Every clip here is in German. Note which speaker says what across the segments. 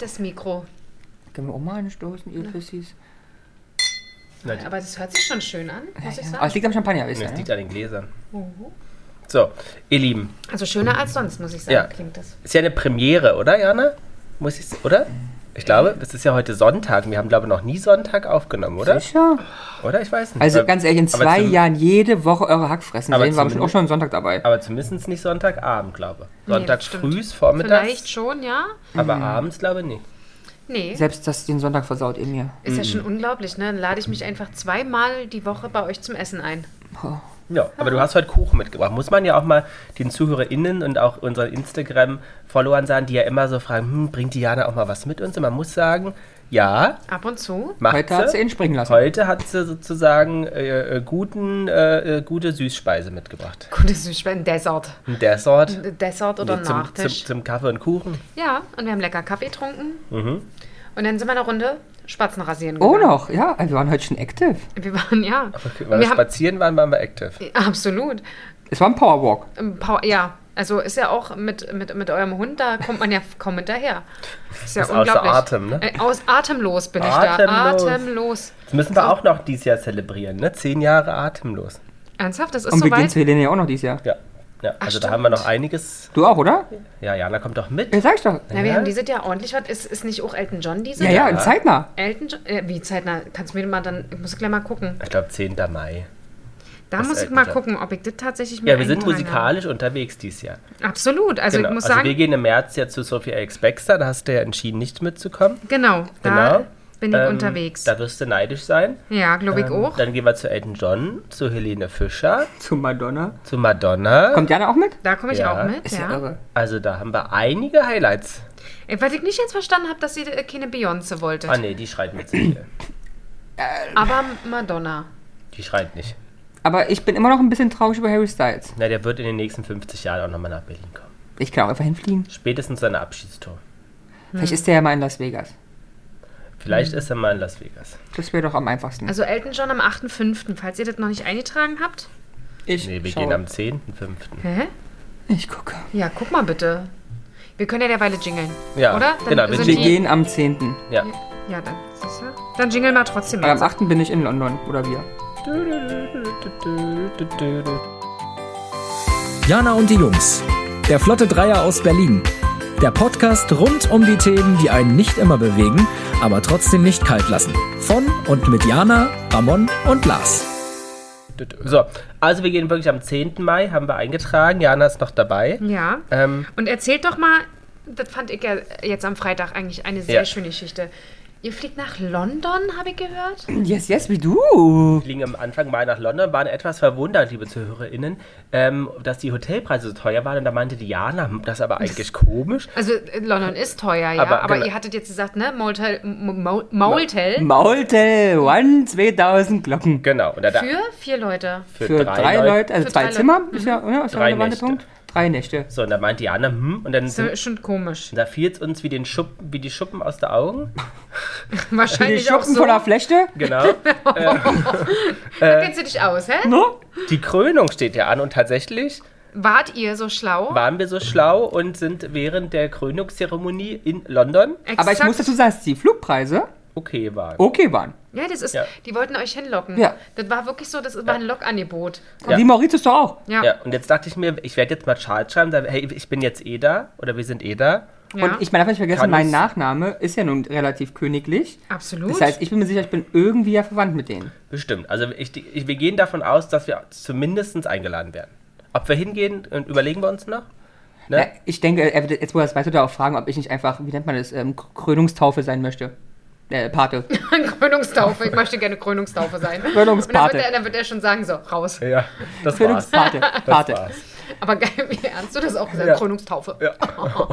Speaker 1: das Mikro.
Speaker 2: Können wir auch mal anstoßen, ihr Pussys?
Speaker 1: Ja, Aber das hört sich schon schön an, muss ich
Speaker 2: Aber es
Speaker 1: sagen. Mhm.
Speaker 2: liegt am Champagner, wisst ihr?
Speaker 3: Es
Speaker 2: Ne?
Speaker 3: liegt an den Gläsern. So, ihr Lieben,
Speaker 1: Also schöner als sonst, muss ich sagen,
Speaker 3: Ja.
Speaker 1: klingt das.
Speaker 3: ist ja eine Premiere, oder, Jana? Muss ich, oder? Ich glaube, es ist ja heute Sonntag. Wir haben, glaube ich, noch nie Sonntag aufgenommen, oder?
Speaker 2: Sicher.
Speaker 3: Oder? Ich weiß nicht.
Speaker 2: Also
Speaker 3: Aber-
Speaker 2: ganz ehrlich, in
Speaker 3: aber
Speaker 2: zwei
Speaker 3: zum-
Speaker 2: Jahren jede Woche eure Hackfressen
Speaker 3: Aber
Speaker 2: sehen, war bestimmt
Speaker 3: zumindest-
Speaker 2: auch schon Sonntag dabei.
Speaker 3: Aber zumindest nicht Sonntagabend, glaube ich.
Speaker 1: Nee,
Speaker 3: Sonntag
Speaker 1: das stimmt.
Speaker 3: früh, vormittags.
Speaker 1: Vielleicht schon, ja?
Speaker 3: Aber
Speaker 2: Mhm.
Speaker 3: abends, glaube ich, nicht.
Speaker 1: Nee.
Speaker 2: Selbst das den Sonntag versaut in mir.
Speaker 1: Ist ja
Speaker 2: Mhm.
Speaker 1: schon unglaublich, ne? Dann lade ich mich einfach zweimal die Woche bei euch zum Essen ein.
Speaker 3: Ja, aber du hast heute Kuchen mitgebracht. Muss man ja auch mal den ZuhörerInnen und auch unseren Instagram-Followern sagen, die ja immer so fragen, hm, bringt Diana auch mal was mit uns? Und man muss sagen, ja,
Speaker 1: Ab und zu.
Speaker 3: macht
Speaker 2: Heute hat sie
Speaker 3: sie.
Speaker 2: ihn springen lassen.
Speaker 3: Heute hat sie sozusagen äh, äh, guten, äh, äh, gute Süßspeise mitgebracht.
Speaker 1: Gut, das ist ein Dessert.
Speaker 3: Ein Dessert.
Speaker 1: Ein Dessert oder ein
Speaker 3: zum, zum,
Speaker 1: Nachtisch.
Speaker 3: zum Mhm. Kaffee und Kuchen.
Speaker 1: Ja, und wir haben lecker Kaffee getrunken. Und dann sind wir eine Runde Spatzen rasieren
Speaker 2: Oh
Speaker 1: gegangen.
Speaker 2: noch, ja, wir waren heute schon active.
Speaker 1: Wir waren, ja.
Speaker 3: Okay, weil
Speaker 1: wir
Speaker 3: wir
Speaker 1: haben,
Speaker 3: spazieren waren, waren wir active.
Speaker 1: absolut.
Speaker 2: Es war ein Powerwalk.
Speaker 1: Ähm, Pau- Ja, also ist ja auch mit, mit, mit eurem Hund, da kommt man ja kaum hinterher. Ist ja
Speaker 3: Ist außer
Speaker 1: unglaublich.
Speaker 3: Atem, ne?
Speaker 1: Äh, aus atemlos bin ich
Speaker 3: Atemlos.
Speaker 1: da. Atemlos.
Speaker 3: Das müssen wir auch noch dieses Jahr zelebrieren, ne? Zehn Jahre atemlos.
Speaker 1: Ernsthaft, das ist
Speaker 2: Und wir gehen
Speaker 1: soweit?
Speaker 2: zu Helene ja auch noch dieses Jahr.
Speaker 3: Ja. Ja, also
Speaker 1: stimmt.
Speaker 3: da
Speaker 1: Äh,
Speaker 3: haben wir noch einiges.
Speaker 2: Du auch, oder?
Speaker 3: Ja, Jana kommt doch mit.
Speaker 2: Ja, sag ich doch.
Speaker 1: Na, wir
Speaker 3: Ja.
Speaker 1: haben dieses Jahr ordentlich was. Ist, ist nicht auch Elton John dieses
Speaker 2: Ja,
Speaker 1: Jahr?
Speaker 2: ja, in zeitnah.
Speaker 1: Elton John, äh, wie zeitnah? Kannst du mir mal dann, ich muss gleich mal gucken.
Speaker 3: Ich glaube, 10. Mai.
Speaker 1: Da
Speaker 3: Das
Speaker 1: muss ich
Speaker 3: Elton
Speaker 1: mal
Speaker 3: John.
Speaker 1: gucken, ob ich das tatsächlich
Speaker 3: Ja, wir sind
Speaker 1: eingetragen habe.
Speaker 3: musikalisch unterwegs dieses Jahr.
Speaker 1: Absolut, also
Speaker 3: Genau.
Speaker 1: ich muss
Speaker 3: also wir
Speaker 1: sagen,
Speaker 3: gehen im März ja zu Sophia X Baxter, da hast du ja entschieden, nicht mitzukommen.
Speaker 1: genau, da
Speaker 3: Genau.
Speaker 1: bin ich
Speaker 3: Ähm,
Speaker 1: unterwegs.
Speaker 3: Da wirst du neidisch sein.
Speaker 1: ja, glaube ich
Speaker 3: Ähm,
Speaker 1: auch.
Speaker 3: Dann gehen wir zu Elton John, zu Helene Fischer,
Speaker 2: Zu Madonna.
Speaker 3: zu Madonna.
Speaker 2: Kommt Jana auch mit?
Speaker 1: Da komme ich
Speaker 3: Ja.
Speaker 1: auch mit, ja.
Speaker 3: Also da haben wir einige Highlights.
Speaker 1: Ey, Was ich nicht jetzt verstanden habe, dass ihr äh, keine Beyoncé wolltet.
Speaker 3: Ah nee, die schreit mit sich.
Speaker 1: Aber Madonna.
Speaker 3: Die schreit nicht.
Speaker 2: Aber ich bin immer noch ein bisschen traurig über Harry Styles.
Speaker 3: Na, der wird in den nächsten 50 Jahren auch nochmal nach Berlin kommen.
Speaker 2: Ich kann auch einfach hinfliegen.
Speaker 3: Spätestens seine Abschiedstour.
Speaker 2: Vielleicht ist der ja mal in Las Vegas.
Speaker 3: Vielleicht
Speaker 1: Mhm.
Speaker 3: ist er mal in Las Vegas.
Speaker 2: Das wäre doch am einfachsten.
Speaker 1: Also Elton John am 8.5., falls ihr das noch nicht eingetragen habt.
Speaker 2: ich
Speaker 3: Nee, wir
Speaker 2: schaue.
Speaker 3: gehen am 10.05.
Speaker 1: Hä?
Speaker 2: Ich gucke.
Speaker 1: Ja, guck mal bitte. Wir können ja derweile jingeln.
Speaker 3: Ja,
Speaker 1: oder?
Speaker 3: genau, wir
Speaker 1: sind
Speaker 2: Wir
Speaker 3: jingeln.
Speaker 1: die-
Speaker 2: gehen am 10.
Speaker 3: Ja.
Speaker 1: Ja, dann. siehst du? Dann jingeln wir trotzdem
Speaker 2: Aber am
Speaker 1: jetzt.
Speaker 2: 8. bin ich in London. Oder wir.
Speaker 4: Jana und die Jungs. Der Flotte Dreier aus Berlin. Der Podcast rund um die Themen, die einen nicht immer bewegen, aber trotzdem nicht kalt lassen. Von und mit Jana, Ramon und Lars.
Speaker 3: So, also wir gehen wirklich am 10. Mai, haben wir eingetragen. Jana ist noch dabei.
Speaker 1: Ja.
Speaker 3: Ähm,
Speaker 1: Und erzählt doch mal, das fand ich ja jetzt am Freitag eigentlich eine sehr
Speaker 3: Ja.
Speaker 1: schöne Geschichte. Ihr fliegt nach London, habe ich gehört?
Speaker 2: Yes, yes, wie du.
Speaker 3: wir fliegen am Anfang Mai nach London, waren etwas verwundert, liebe ZuhörerInnen, ähm, dass die Hotelpreise so teuer waren. Und da meinte die Jana, hm, das ist aber eigentlich komisch.
Speaker 1: Also äh, London ist teuer, ja. Aber,
Speaker 3: Aber genau.
Speaker 1: ihr hattet jetzt gesagt, ne? Motel, M- Mo- Motel
Speaker 2: Maultel, one, 2000 Glocken.
Speaker 3: Genau. Und da, da,
Speaker 1: für vier Leute.
Speaker 2: Für drei, Leute, also
Speaker 1: Für
Speaker 2: zwei
Speaker 1: drei Mhm.
Speaker 2: Zimmer, ist ja, ja, ist ja
Speaker 3: Drei
Speaker 2: ein relevanter
Speaker 3: Nächte.
Speaker 2: Punkt. Drei Nächte.
Speaker 3: So, und da meinte Jana, hm, und dann
Speaker 1: Das
Speaker 3: sind,
Speaker 1: ist schon komisch.
Speaker 3: da fiel es uns wie, den Schuppen, wie die Schuppen aus den Augen.
Speaker 2: Die
Speaker 1: Wahrscheinlich auch
Speaker 2: Schuppen
Speaker 1: so.
Speaker 2: voller Flechte.
Speaker 3: Genau.
Speaker 1: Da kennst du dich aus, hä?
Speaker 2: No?
Speaker 3: die Krönung steht ja an und tatsächlich
Speaker 1: Wart ihr so schlau?
Speaker 3: waren wir so schlau und sind während der Krönungszeremonie in London
Speaker 2: Aber ich
Speaker 1: Exakt.
Speaker 2: muss dazu sagen, dass die Flugpreise
Speaker 3: okay waren.
Speaker 2: okay waren.
Speaker 1: Ja, das ist.
Speaker 3: Ja.
Speaker 1: Die wollten euch hinlocken.
Speaker 2: Ja.
Speaker 1: Das war wirklich so, das war ein Lockangebot.
Speaker 2: Und die Mauritius doch auch.
Speaker 1: Ja.
Speaker 3: Ja, und jetzt dachte ich mir, ich werde jetzt mal Charles schreiben, sagen, hey, ich bin jetzt eh da oder wir sind eh da.
Speaker 1: Ja.
Speaker 2: Und ich meine, darf nicht vergessen,
Speaker 3: Kann
Speaker 2: mein
Speaker 3: es-
Speaker 2: Nachname ist ja nun relativ königlich.
Speaker 1: Absolut.
Speaker 2: Das heißt, ich bin mir sicher, ich bin irgendwie ja verwandt mit denen.
Speaker 3: Bestimmt. Also ich, ich, wir gehen davon aus, dass wir zumindest eingeladen werden. Ob wir hingehen, und überlegen wir uns noch.
Speaker 2: Ja,
Speaker 3: Ne?
Speaker 2: ich denke, er wird jetzt wohl das weißt du da auch fragen, ob ich nicht einfach, wie nennt man das, ähm, Krönungstaufe sein möchte. Äh, Pate.
Speaker 1: Krönungstaufe. Ich möchte gerne Krönungstaufe sein. Und dann wird,
Speaker 2: Krönungspate.
Speaker 1: er, dann wird er schon sagen, so, raus.
Speaker 3: Ja, das war's.
Speaker 2: Krönungspate.
Speaker 3: Das
Speaker 2: Pate.
Speaker 3: war's.
Speaker 1: Aber geil, wie ernst du das auch gesagt?
Speaker 3: Ja.
Speaker 1: Krönungstaufe.
Speaker 3: Ja.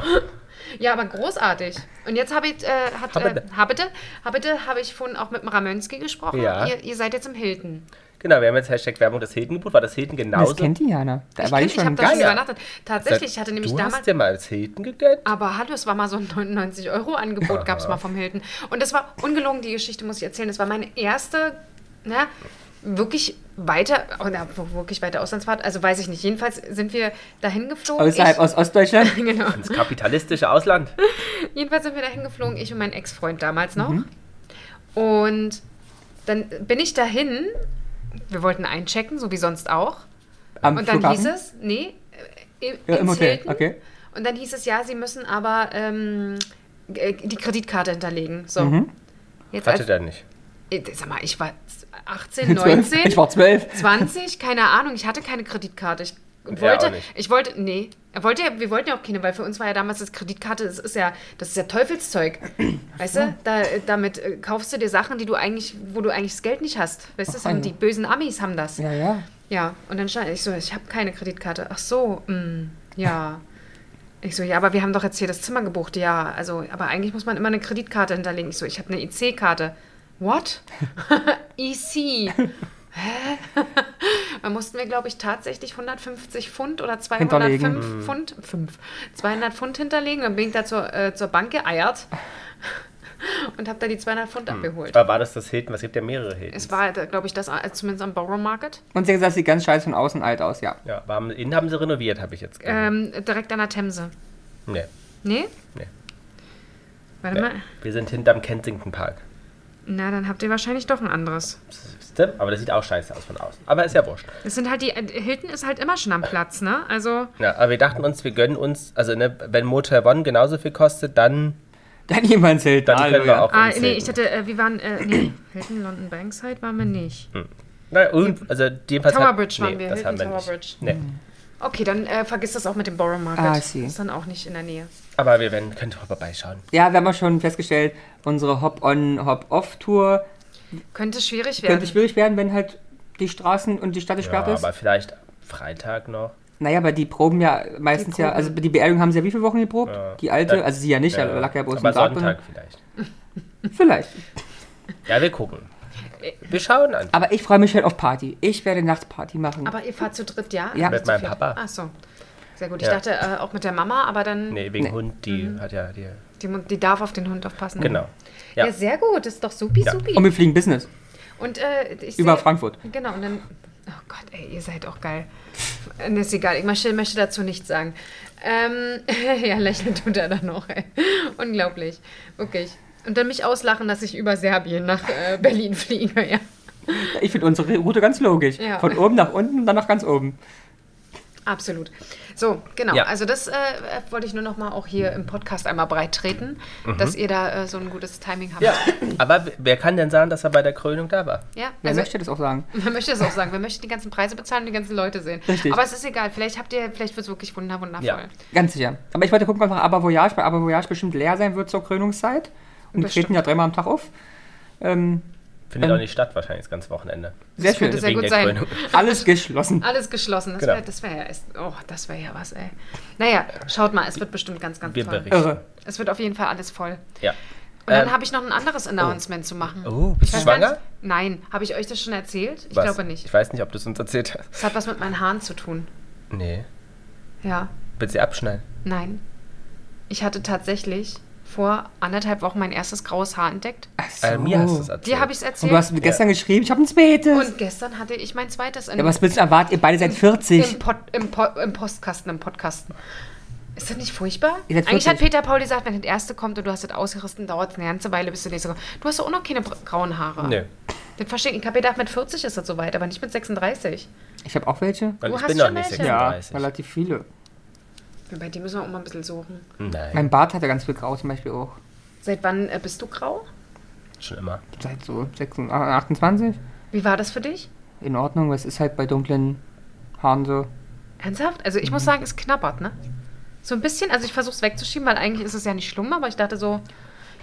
Speaker 1: Ja, aber großartig. Und jetzt habe ich, äh, hat,
Speaker 3: Habete.
Speaker 1: äh, Habete, Habete habe ich vorhin auch mit dem Ramönski gesprochen.
Speaker 3: Ja.
Speaker 1: Ihr, ihr seid jetzt im Hilton.
Speaker 3: Genau, wir haben jetzt Hashtag Werbung des Hilton gebucht. War das Hilton genauso?
Speaker 2: Das kennt Diana. Da war
Speaker 1: kenn-
Speaker 2: ich schon
Speaker 1: hab da
Speaker 2: ganz.
Speaker 1: schon
Speaker 3: geil.
Speaker 1: übernachtet. Tatsächlich, ich hatte nämlich
Speaker 3: du
Speaker 1: damals.
Speaker 3: hast dir mal als Hilton gegönnt?
Speaker 1: Aber hallo, es war mal so ein 99-Euro-Angebot, gab es mal vom Hilton. Und das war ungelogen, die Geschichte muss ich erzählen. Das war meine erste, ne, wirklich weiter, oder wirklich weiter Auslandsfahrt, also weiß ich nicht. Jedenfalls sind wir dahin geflogen.
Speaker 2: Außerhalb
Speaker 1: ich,
Speaker 2: aus Ostdeutschland.
Speaker 1: genau.
Speaker 3: Ins kapitalistische Ausland.
Speaker 1: Jedenfalls sind wir dahin geflogen, ich und mein Ex-Freund damals noch.
Speaker 2: Mhm.
Speaker 1: Und dann bin ich dahin. Wir wollten einchecken, so wie sonst auch.
Speaker 2: Am
Speaker 1: Und dann
Speaker 2: Flughafen.
Speaker 1: hieß es, nee, äh, im,
Speaker 2: ja,
Speaker 1: ins
Speaker 2: im Hotel.
Speaker 1: Hilton.
Speaker 2: Okay.
Speaker 1: Und dann hieß es, ja, sie müssen aber ähm, äh, die Kreditkarte hinterlegen. So.
Speaker 2: Mhm.
Speaker 1: Jetzt
Speaker 3: Hatte
Speaker 1: als,
Speaker 3: der nicht.
Speaker 1: äh, sag mal, ich war 18,
Speaker 2: Zwölf.
Speaker 1: 19,
Speaker 2: Ich war zwölf.
Speaker 1: 20, keine Ahnung, ich hatte keine Kreditkarte. Ich
Speaker 3: auch
Speaker 1: wollte,
Speaker 3: nicht.
Speaker 1: ich wollte, nee, er wollte, ja- wir wollten ja auch keine, weil für uns war ja damals das Kreditkarte, das ist ja, das ist ja Teufelszeug. Weißt du, da, damit äh, kaufst du dir Sachen, die du eigentlich, wo du eigentlich das Geld nicht hast. Weißt du, das
Speaker 2: Ach,
Speaker 1: haben
Speaker 2: ja.
Speaker 1: die bösen Amis haben das.
Speaker 2: Ja, ja.
Speaker 1: Ja, und dann stand ich so, ich habe keine Kreditkarte. Ach so, mm, ja. Ich so, ja, aber wir haben doch jetzt hier das Zimmer gebucht. Ja, also, aber eigentlich muss man immer eine Kreditkarte hinterlegen. Ich so, ich habe eine IC-Karte. What? EC. Hä? da mussten wir, glaube ich, tatsächlich 150 Pfund oder 205
Speaker 2: Hinterlegen.
Speaker 1: Pfund, fünf, 200 Pfund hinterlegen. Dann bin ich da zur, äh, zur Bank geeiert und habe da die 200 Pfund abgeholt.
Speaker 3: Aber war das das Hilton? Was gibt ja mehrere Hilton?
Speaker 1: Es war, glaube ich, das äh, zumindest am Borough Market.
Speaker 2: Und deswegen sah sie ganz scheiße von außen alt aus, ja.
Speaker 3: Ja, war, am- innen haben sie renoviert, habe ich jetzt gehört.
Speaker 1: Ähm, direkt an der Themse.
Speaker 3: nee,
Speaker 1: Nee?
Speaker 3: nee,
Speaker 1: Warte
Speaker 3: nee.
Speaker 1: mal.
Speaker 3: Wir sind hinterm Kensington Park.
Speaker 1: Na, dann habt ihr wahrscheinlich doch ein anderes.
Speaker 3: Siehste? Aber das sieht auch scheiße aus von außen. Aber ist ja wurscht.
Speaker 1: Es sind halt die. Hilton ist halt immer schon am Platz, ne? Also.
Speaker 3: Ja, aber wir dachten uns, wir gönnen uns, also ne, wenn Motel One genauso viel kostet, dann
Speaker 2: Dann jemand zählt.
Speaker 3: Dann können wir auch-
Speaker 1: Ah,
Speaker 3: ins
Speaker 1: nee,
Speaker 3: Hilton.
Speaker 1: ich hatte. Äh, wir waren. Äh, nee, Hilton, London Bankside waren wir nicht.
Speaker 3: Hm. Na, irgend, also jedenfalls
Speaker 1: Tower
Speaker 3: hat-
Speaker 1: Bridge waren wir,
Speaker 3: das
Speaker 1: Hilton
Speaker 3: haben wir
Speaker 1: Tower Bridge.
Speaker 3: nicht.
Speaker 1: Mhm.
Speaker 3: Nee.
Speaker 1: Okay, dann äh, vergiss das auch mit dem Borough Market.
Speaker 2: Ah, I see.
Speaker 1: Ist dann auch nicht in der Nähe.
Speaker 3: Aber wir werden, könnt doch vorbeischauen.
Speaker 2: Ja, wir haben ja schon festgestellt, unsere Hop-on, Hop-off-Tour
Speaker 1: Könnte schwierig werden.
Speaker 2: könnte schwierig werden, wenn halt die Straßen und die Stadt gesperrt
Speaker 3: Ja,
Speaker 2: ist.
Speaker 3: aber vielleicht Freitag noch.
Speaker 2: Naja, aber die proben ja meistens
Speaker 1: Die
Speaker 2: ja,
Speaker 1: Proben.
Speaker 2: also die Beerdigung haben sie ja wie viele Wochen geprobt? Die alte,
Speaker 3: Ja.
Speaker 2: also sie ja nicht, da
Speaker 3: Ja,
Speaker 2: lag ja bloß
Speaker 3: aber
Speaker 2: ein Grab
Speaker 3: Sonntag vielleicht.
Speaker 2: drin. Vielleicht.
Speaker 3: Ja, wir gucken.
Speaker 1: Äh,
Speaker 3: Wir schauen an.
Speaker 2: Aber ich freue mich halt auf Party. Ich werde Nachtparty machen.
Speaker 1: Aber ihr fahrt zu dritt, ja?
Speaker 2: Ja.
Speaker 1: Nicht
Speaker 3: Mit
Speaker 1: zu
Speaker 3: meinem
Speaker 1: viert.
Speaker 3: Papa.
Speaker 1: Ach so. Sehr gut. Ich
Speaker 3: Ja.
Speaker 1: dachte äh, auch mit der Mama, aber dann.
Speaker 3: Nee, wegen Hund, die
Speaker 1: Mhm.
Speaker 3: hat ja die.
Speaker 1: Die, Mund- die darf auf den Hund aufpassen.
Speaker 3: Genau.
Speaker 1: Ja,
Speaker 3: Ja.
Speaker 1: sehr gut. Ist doch supi,
Speaker 3: Ja.
Speaker 1: supi.
Speaker 2: Und wir fliegen Business.
Speaker 1: Und äh, ich
Speaker 2: Über
Speaker 1: seh-
Speaker 2: Frankfurt.
Speaker 1: Genau, und dann. Oh Gott, ey, ihr seid auch geil. Äh, Ist egal, ich möchte, möchte dazu nichts sagen. Ähm, ja, lächeln tut er dann noch, ey. Unglaublich. Wirklich. Und dann mich auslachen, dass ich über Serbien nach äh, Berlin fliege, ja.
Speaker 2: Ich finde unsere Route ganz logisch.
Speaker 1: Ja.
Speaker 2: Von oben nach unten und dann nach ganz oben.
Speaker 1: Absolut. So, genau.
Speaker 3: Ja.
Speaker 1: Also das äh, wollte ich nur noch mal auch hier im Podcast einmal breit treten, dass ihr da äh, so ein gutes Timing habt.
Speaker 3: Ja, aber w- wer kann denn sagen, dass er bei der Krönung da war?
Speaker 1: ja?
Speaker 2: Wer
Speaker 1: also
Speaker 2: möchte das auch sagen?
Speaker 1: Man möchte es auch sagen, wir möchten die ganzen Preise bezahlen und die ganzen Leute sehen.
Speaker 2: Richtig.
Speaker 1: Aber es ist egal, vielleicht habt ihr, vielleicht wird es wirklich wunder, wundervoll.
Speaker 3: Ja.
Speaker 2: Ganz sicher. Aber ich wollte gucken, ob nach Aber Voyage, weil Aber Voyage bestimmt leer sein wird zur Krönungszeit. Und wir
Speaker 1: Bestimmt.
Speaker 2: treten ja dreimal am Tag auf. Ähm,
Speaker 3: Findet
Speaker 2: Ähm.
Speaker 3: auch nicht statt, wahrscheinlich das ganze Wochenende.
Speaker 2: sehr
Speaker 1: Das könnte
Speaker 2: schön.
Speaker 1: sehr
Speaker 3: Wegen
Speaker 1: gut
Speaker 3: der
Speaker 1: sein.
Speaker 3: Krönung.
Speaker 2: Alles geschlossen.
Speaker 1: Alles geschlossen, das
Speaker 3: Genau.
Speaker 1: wäre das wär ja, erst- oh, das wär ja was, ey. Naja, schaut mal, es wird bestimmt ganz, ganz
Speaker 3: Wir
Speaker 1: toll.
Speaker 3: berichten.
Speaker 2: Irre.
Speaker 1: Es wird auf jeden Fall alles voll.
Speaker 3: Ja.
Speaker 1: Und dann
Speaker 3: Ähm,
Speaker 1: habe ich noch ein
Speaker 2: oh.
Speaker 1: anderes Announcement zu machen.
Speaker 3: Oh, bist du
Speaker 1: Ich weiß gar
Speaker 3: schwanger?
Speaker 1: Nicht, nein, habe ich euch das schon erzählt? Ich
Speaker 3: Was?
Speaker 1: glaube nicht.
Speaker 3: Ich weiß nicht, ob du es uns erzählt hast.
Speaker 1: Es hat was mit meinen Haaren zu tun.
Speaker 3: Nee.
Speaker 1: Ja,
Speaker 3: Willst du sie abschneiden?
Speaker 1: nein. Ich hatte tatsächlich vor anderthalb Wochen mein erstes graues Haar entdeckt.
Speaker 2: Ach so.
Speaker 3: Äh, mir hast du es
Speaker 2: Und
Speaker 3: erzählt.
Speaker 1: Dir habe ich es erzählt.
Speaker 2: du hast mir gestern geschrieben, ich habe ein zweites.
Speaker 1: und gestern hatte ich mein zweites in
Speaker 2: ja, was willst du erwarten? Ihr beide seid 40.
Speaker 1: Im, Pod, im, po, Im Postkasten, im Podcasten. Ist das nicht furchtbar?
Speaker 2: Ihr seid
Speaker 1: Eigentlich hat
Speaker 2: 40.
Speaker 1: Peter Paul gesagt, wenn das erste kommt und du hast das ausgerissen, dauert es eine ganze Weile, bis du nächste kommt. Du hast doch auch noch keine bra- grauen Haare.
Speaker 3: Nö.
Speaker 1: Das verstehe ich. Ich habe gedacht, mit 40 ist das soweit, aber nicht mit 36.
Speaker 2: Ich habe auch welche.
Speaker 3: Weil
Speaker 1: Du
Speaker 3: ich
Speaker 1: hast
Speaker 3: bin noch
Speaker 1: schon
Speaker 3: nicht
Speaker 1: welche?
Speaker 2: Ja,
Speaker 3: 36.
Speaker 2: relativ viele.
Speaker 1: Bei dir müssen wir auch mal ein bisschen suchen.
Speaker 3: Nein,
Speaker 2: Mein Bart hat ja ganz viel grau zum Beispiel auch.
Speaker 1: Seit wann äh, bist du grau?
Speaker 3: schon immer.
Speaker 2: Seit halt so 26, 28.
Speaker 1: Wie war das für dich?
Speaker 2: In Ordnung, was ist halt bei dunklen Haaren so.
Speaker 1: Ernsthaft? Also ich muss sagen, es knabbert, ne? So ein bisschen, also ich versuche es wegzuschieben, weil eigentlich ist es ja nicht schlimm, aber ich dachte so,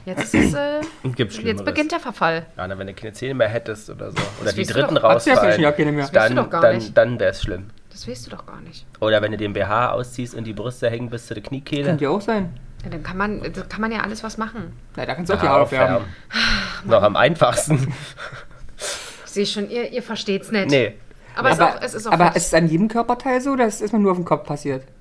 Speaker 1: jetzt ist es, äh,
Speaker 3: Und gibt's
Speaker 1: jetzt beginnt der Verfall.
Speaker 3: Anna, wenn du keine Zähne mehr hättest oder so. Oder die
Speaker 1: weißt du
Speaker 3: dritten
Speaker 1: doch.
Speaker 2: Ach, du hast ja
Speaker 3: rausfallen.
Speaker 2: schon, ja, keine mehr.
Speaker 1: weißt du
Speaker 3: Dann,
Speaker 1: doch gar
Speaker 3: dann,
Speaker 1: nicht.
Speaker 3: dann wäre es schlimm.
Speaker 1: Das weißt du doch gar nicht.
Speaker 3: Oder wenn du den BH ausziehst und die Brüste hängen bis zu der Kniekehle.
Speaker 2: Könnte ja auch sein.
Speaker 1: Ja, dann kann man, da kann man ja alles was machen.
Speaker 2: Na, da kannst du auch die Haare färben.
Speaker 3: Noch am einfachsten.
Speaker 1: Ich sehe schon, ihr, ihr versteht's nicht.
Speaker 3: nee.
Speaker 1: Aber, es,
Speaker 2: aber
Speaker 1: ist auch, es ist auch
Speaker 2: aber
Speaker 1: falsch.
Speaker 2: ist es an jedem Körperteil so oder ist es nur auf dem Kopf passiert?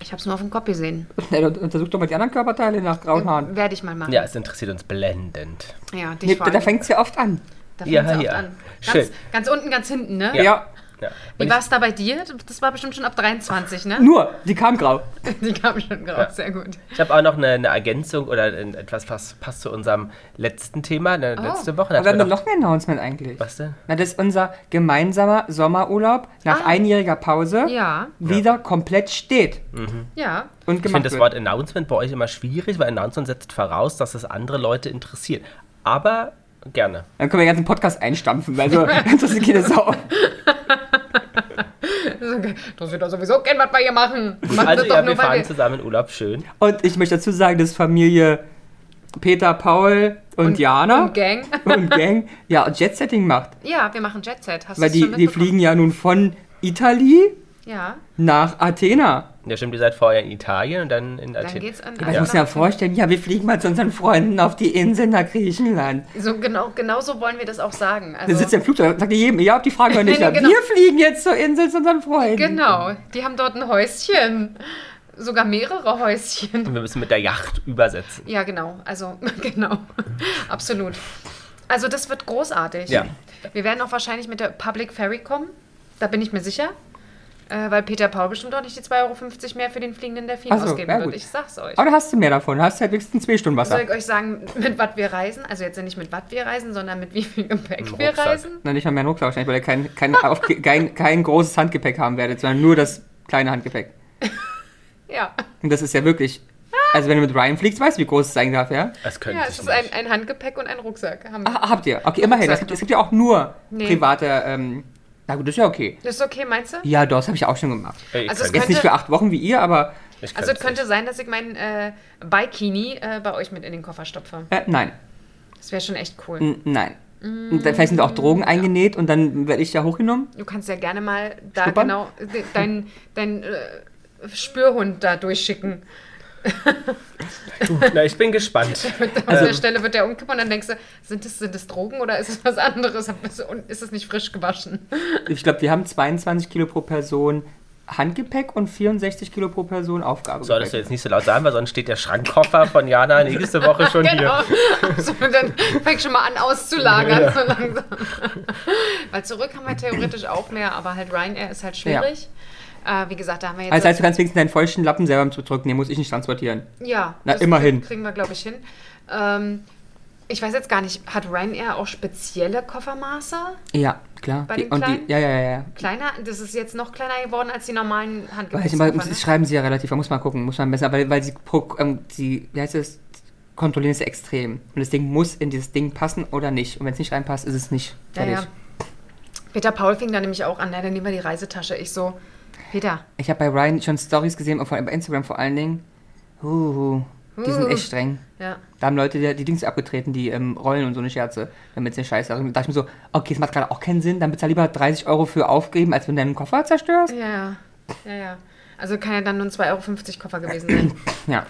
Speaker 1: Ich habe es nur auf dem Kopf gesehen.
Speaker 2: Na, dann untersuch doch mal die anderen Körperteile nach grauen Haaren.
Speaker 1: Werde ich mal machen.
Speaker 3: Ja, es interessiert uns blendend.
Speaker 1: ja dich
Speaker 2: Nee,
Speaker 1: vor
Speaker 2: da
Speaker 1: allem.
Speaker 2: fängt es ja oft an.
Speaker 1: Da
Speaker 3: Ja,
Speaker 1: fängt es oft
Speaker 3: ja.
Speaker 1: an.
Speaker 3: Schön.
Speaker 1: Ganz, ganz unten, ganz hinten, ne?
Speaker 2: Ja.
Speaker 3: Ja.
Speaker 1: Wie war es da bei dir? Das war bestimmt schon ab 23, ne?
Speaker 2: Nur, die kam grau.
Speaker 1: Die kam schon raus,
Speaker 3: Ja.
Speaker 1: sehr gut.
Speaker 3: Ich habe auch noch eine, eine Ergänzung oder ein- etwas, was passt zu unserem letzten Thema, ne,
Speaker 1: Oh.
Speaker 3: letzte Woche. Da
Speaker 2: Aber wir
Speaker 3: hatten
Speaker 2: haben
Speaker 3: wir
Speaker 2: doch noch ein Announcement eigentlich.
Speaker 3: was denn?
Speaker 2: Na, das ist unser gemeinsamer Sommerurlaub nach
Speaker 1: Ah.
Speaker 2: einjähriger Pause
Speaker 1: Ja,
Speaker 2: wieder komplett steht
Speaker 1: ja.
Speaker 2: und
Speaker 3: Ich finde
Speaker 2: gemacht
Speaker 3: das
Speaker 2: wird.
Speaker 3: Wort Announcement bei euch immer schwierig, weil Announcement setzt voraus, dass es andere Leute interessiert. Aber gerne.
Speaker 2: Dann können wir den ganzen Podcast einstampfen, weil so interessiert keine Sau.
Speaker 1: Das ist okay. Das wird doch sowieso gern, was wir hier machen. Machen
Speaker 3: Also
Speaker 1: das doch
Speaker 3: ja, wir
Speaker 1: nur, weil
Speaker 3: fahren
Speaker 1: wir.
Speaker 3: zusammen in Urlaub, schön.
Speaker 2: Und ich möchte dazu sagen, dass Familie Peter, Paul und, Jana
Speaker 1: Und Gang.
Speaker 2: und Gang ja Jet-Setting macht.
Speaker 1: Ja, wir machen Jet Set. Hast du
Speaker 2: Weil
Speaker 1: es
Speaker 2: die,
Speaker 1: schon
Speaker 2: die
Speaker 1: mitbekommen?
Speaker 2: fliegen ja nun von Italie
Speaker 1: Ja,
Speaker 2: nach Athena.
Speaker 1: Ah,
Speaker 3: Ja, stimmt, ihr seid vorher in Italien und dann in
Speaker 1: dann
Speaker 3: Athen.
Speaker 1: geht's an.
Speaker 2: Aber ich muss mir ja vorstellen, ja, wir fliegen mal zu unseren Freunden auf die Insel nach Griechenland.
Speaker 1: So genau, genau so wollen wir das auch sagen. Also,
Speaker 2: Dann sitzt er im Flugzeug, sagt ihr jedem, ja, ob die Frage oder
Speaker 1: Nee,
Speaker 2: nicht.
Speaker 1: nee,
Speaker 2: ja,
Speaker 1: genau.
Speaker 2: Wir fliegen jetzt zur Insel zu unseren Freunden.
Speaker 1: Genau, die haben dort ein Häuschen. Sogar mehrere Häuschen.
Speaker 3: Und wir müssen mit der Yacht übersetzen.
Speaker 1: Ja, genau. Also, genau. Absolut. Also, das wird großartig.
Speaker 3: Ja.
Speaker 1: Wir werden auch wahrscheinlich mit der Public Ferry kommen. Da bin ich mir sicher. Äh, weil Peter Paul bestimmt auch nicht die 2,50 Euro mehr für den fliegenden Delfin
Speaker 2: Ach so,
Speaker 1: ausgeben
Speaker 2: ja,
Speaker 1: wird.
Speaker 2: gut.
Speaker 1: Ich sag's euch.
Speaker 2: Aber da hast du mehr davon, hast halt höchstens zwei Stunden Wasser.
Speaker 1: Soll ich euch sagen, mit was wir reisen? Also, jetzt nicht mit was wir reisen, sondern mit wie viel Gepäck
Speaker 3: Im
Speaker 1: wir
Speaker 3: Rucksack.
Speaker 1: reisen?
Speaker 2: Na, nicht mal mehr einen Rucksack wahrscheinlich, weil ihr kein, kein, auf, kein, kein großes Handgepäck haben werdet, sondern nur das kleine Handgepäck.
Speaker 1: Ja.
Speaker 2: Und das ist ja wirklich. Also, wenn du mit Ryan fliegst, weißt du, wie groß es sein darf, ja?
Speaker 1: Ah.
Speaker 3: Das könnte
Speaker 1: Ja, es
Speaker 3: ich
Speaker 1: ist
Speaker 3: nicht.
Speaker 1: ein, ein Handgepäck und ein Rucksack. Haben wir.
Speaker 2: Ah, habt ihr. Okay, immerhin. Es gibt, es gibt ja auch nur
Speaker 1: Nee.
Speaker 2: private. Ähm, na gut, das ist ja okay.
Speaker 1: Das ist okay, meinst du?
Speaker 2: Ja, doch, das habe ich auch schon gemacht.
Speaker 3: Ey, ich
Speaker 1: Also es
Speaker 3: kann
Speaker 2: Jetzt nicht
Speaker 1: Könnte-
Speaker 2: für acht Wochen wie ihr, aber.
Speaker 3: nicht, ich
Speaker 1: Also
Speaker 3: kann
Speaker 1: es könnte sein, dass ich meinen äh, Bikini äh, bei euch mit in den Koffer stopfe.
Speaker 2: Äh, nein.
Speaker 1: Das wäre schon echt cool.
Speaker 2: N nein. Und dann vielleicht sind auch Drogen eingenäht und dann werde ich ja hochgenommen.
Speaker 1: Du kannst ja gerne mal da
Speaker 2: Schnuppern?
Speaker 1: genau de- dein, dein äh, Spürhund da durchschicken.
Speaker 3: nicht. Na, ich bin gespannt.
Speaker 1: Auf
Speaker 2: Also-
Speaker 1: der Stelle wird der umkippen und dann denkst du, sind das, sind das Drogen oder ist es was anderes? Und ist es nicht frisch gewaschen?
Speaker 2: Ich glaube, wir haben 22 Kilo pro Person Handgepäck und 64 Kilo pro Person Aufgabe.
Speaker 3: Solltest du jetzt nicht so laut sagen, weil sonst steht der Schrankkoffer von Jana nächste Woche schon
Speaker 1: genau.
Speaker 3: hier.
Speaker 1: So, dann fängt schon mal an auszulagern so langsam. Weil zurück haben wir theoretisch auch mehr, aber halt Ryanair ist halt schwierig. Äh, wie gesagt, da haben wir jetzt...
Speaker 2: Also, heißt, du kannst wenigstens deinen vollsten Lappen selber zurücknehmen, muss ich nicht transportieren.
Speaker 1: Ja.
Speaker 2: Na,
Speaker 1: das
Speaker 2: immerhin.
Speaker 1: krie- Kriegen wir, glaube ich, hin. Ähm, ich weiß jetzt gar nicht, hat Ryanair auch spezielle Koffermaße?
Speaker 2: Ja, klar.
Speaker 1: Bei
Speaker 2: Die-
Speaker 1: den
Speaker 2: und die,
Speaker 1: Kleinen?
Speaker 2: ja, ja, ja, ja.
Speaker 1: Kleiner? Das ist jetzt noch kleiner geworden als die normalen
Speaker 2: Weil ich, aber,
Speaker 1: Handgepäckskoffer.
Speaker 2: das
Speaker 1: Ne?
Speaker 2: schreiben sie ja relativ, man muss mal gucken, muss man besser, weil, weil sie, pro, ähm, sie, wie heißt es, kontrollieren es extrem. Und das Ding muss in dieses Ding passen oder nicht. Und wenn es nicht reinpasst, ist es nicht.
Speaker 1: Ja, ja.
Speaker 2: Fertig.
Speaker 1: Peter Paul fing da nämlich auch an, na, dann nehmen wir die Reisetasche. Ich so, Peter,
Speaker 2: Ich habe bei Ryan schon Stories gesehen, auf bei Instagram vor allen Dingen. Huhu, die sind
Speaker 1: Huhu.
Speaker 2: echt streng.
Speaker 1: ja.
Speaker 2: Da haben Leute die, die Dings abgetreten, die ähm, rollen und so eine Scherze, damit es nicht scheiße ist. Und Da dachte ich mir so, okay, das macht gerade auch keinen Sinn, dann bezahl lieber 30 Euro für aufgeben, als wenn du deinen Koffer zerstörst.
Speaker 1: Ja, ja. Ja, ja. Also kann ja dann nur ein 2,50 Euro Koffer gewesen sein.
Speaker 2: Ja.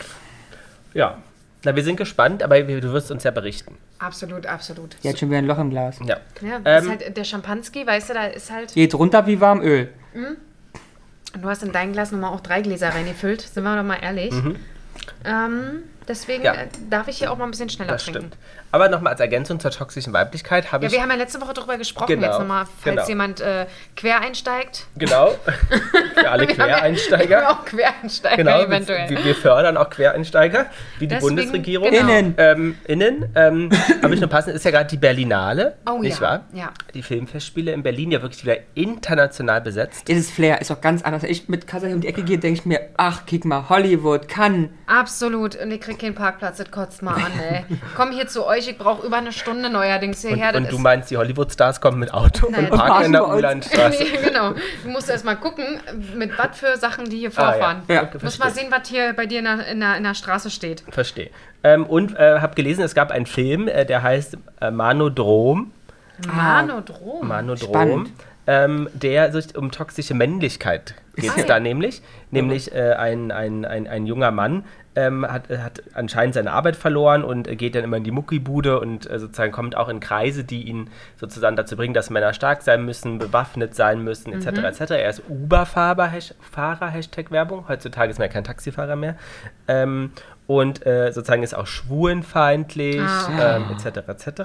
Speaker 3: Ja. Na, wir sind gespannt, aber wir- du wirst uns ja berichten.
Speaker 1: absolut, absolut.
Speaker 2: Die hat schon wieder ein Loch im Glas.
Speaker 3: Ja.
Speaker 1: Ja, das
Speaker 3: Ähm,
Speaker 1: ist halt der Schampanski, weißt du, da ist halt.
Speaker 2: Geht runter wie warm Öl.
Speaker 1: Du hast in dein Glas nochmal auch drei Gläser reingefüllt, sind wir doch mal ehrlich. Ähm, deswegen
Speaker 3: Mhm. Ja.
Speaker 1: äh, darf ich hier auch mal ein bisschen schneller
Speaker 3: Das
Speaker 1: trinken.
Speaker 3: stimmt. Aber nochmal als Ergänzung zur toxischen Weiblichkeit habe
Speaker 1: Ja,
Speaker 3: ich.
Speaker 1: wir haben ja letzte Woche darüber gesprochen,
Speaker 3: Genau,
Speaker 1: jetzt nochmal, falls
Speaker 3: genau.
Speaker 1: jemand äh, quer einsteigt.
Speaker 3: genau. Für alle
Speaker 1: Wir haben ja- Wir
Speaker 3: Quereinsteiger.
Speaker 1: haben auch Quereinsteiger
Speaker 3: Genau.
Speaker 1: eventuell.
Speaker 3: Wir, wir fördern auch Quereinsteiger, wie die
Speaker 1: Deswegen-
Speaker 3: Bundesregierung.
Speaker 1: genau.
Speaker 2: Innen.
Speaker 3: Ähm, innen, ähm, habe ich nur passend, ist ja gerade die Berlinale,
Speaker 1: Oh
Speaker 3: nicht
Speaker 1: ja,
Speaker 3: wahr?
Speaker 1: ja.
Speaker 3: Die Filmfestspiele in Berlin ja wirklich wieder international besetzt.
Speaker 2: Dieses Flair ist doch ganz anders. Wenn ich mit Kasach um die Ecke gehe, denke ich mir, ach, kick mal, Hollywood, kann.
Speaker 1: Absolut. Und ich krieg keinen Parkplatz, das kotzt mal an, ey. Komm hier zu euch, ich brauche über eine Stunde neuerdings
Speaker 3: Und,
Speaker 1: hierher.
Speaker 3: und
Speaker 1: das
Speaker 3: du meinst, die Hollywood-Stars kommen mit Auto
Speaker 1: Nein.
Speaker 3: und parken in der
Speaker 2: Und parken bei uns.
Speaker 3: Ulandstraße.
Speaker 1: Nee, genau. Du musst erst mal gucken, mit was für Sachen die hier
Speaker 3: Ah, ja.
Speaker 1: vorfahren.
Speaker 2: Ja,
Speaker 1: Du musst mal sehen, was hier bei dir in der, in der, in der Straße steht.
Speaker 3: Verstehe. Ähm, und äh, habe gelesen, es gab einen Film, äh, der heißt äh, Manodrom. Ah.
Speaker 1: Manodrom. Hm,
Speaker 3: Manodrom.
Speaker 2: Spannend.
Speaker 3: Ähm, der sich um toxische Männlichkeit geht es da nämlich. Nämlich äh, ein, ein, ein, ein junger Mann ähm, hat, hat anscheinend seine Arbeit verloren und äh, geht dann immer in die Muckibude und äh, sozusagen kommt auch in Kreise, die ihn sozusagen dazu bringen, dass Männer stark sein müssen, bewaffnet sein müssen, etc. etc. Er ist Uber-Fahrer, Hash- Fahrer, Hashtag Werbung. Heutzutage ist man ja kein Taxifahrer mehr. Ähm, und äh, sozusagen ist auch schwulenfeindlich,
Speaker 1: Ah.
Speaker 3: ähm, etc. etc.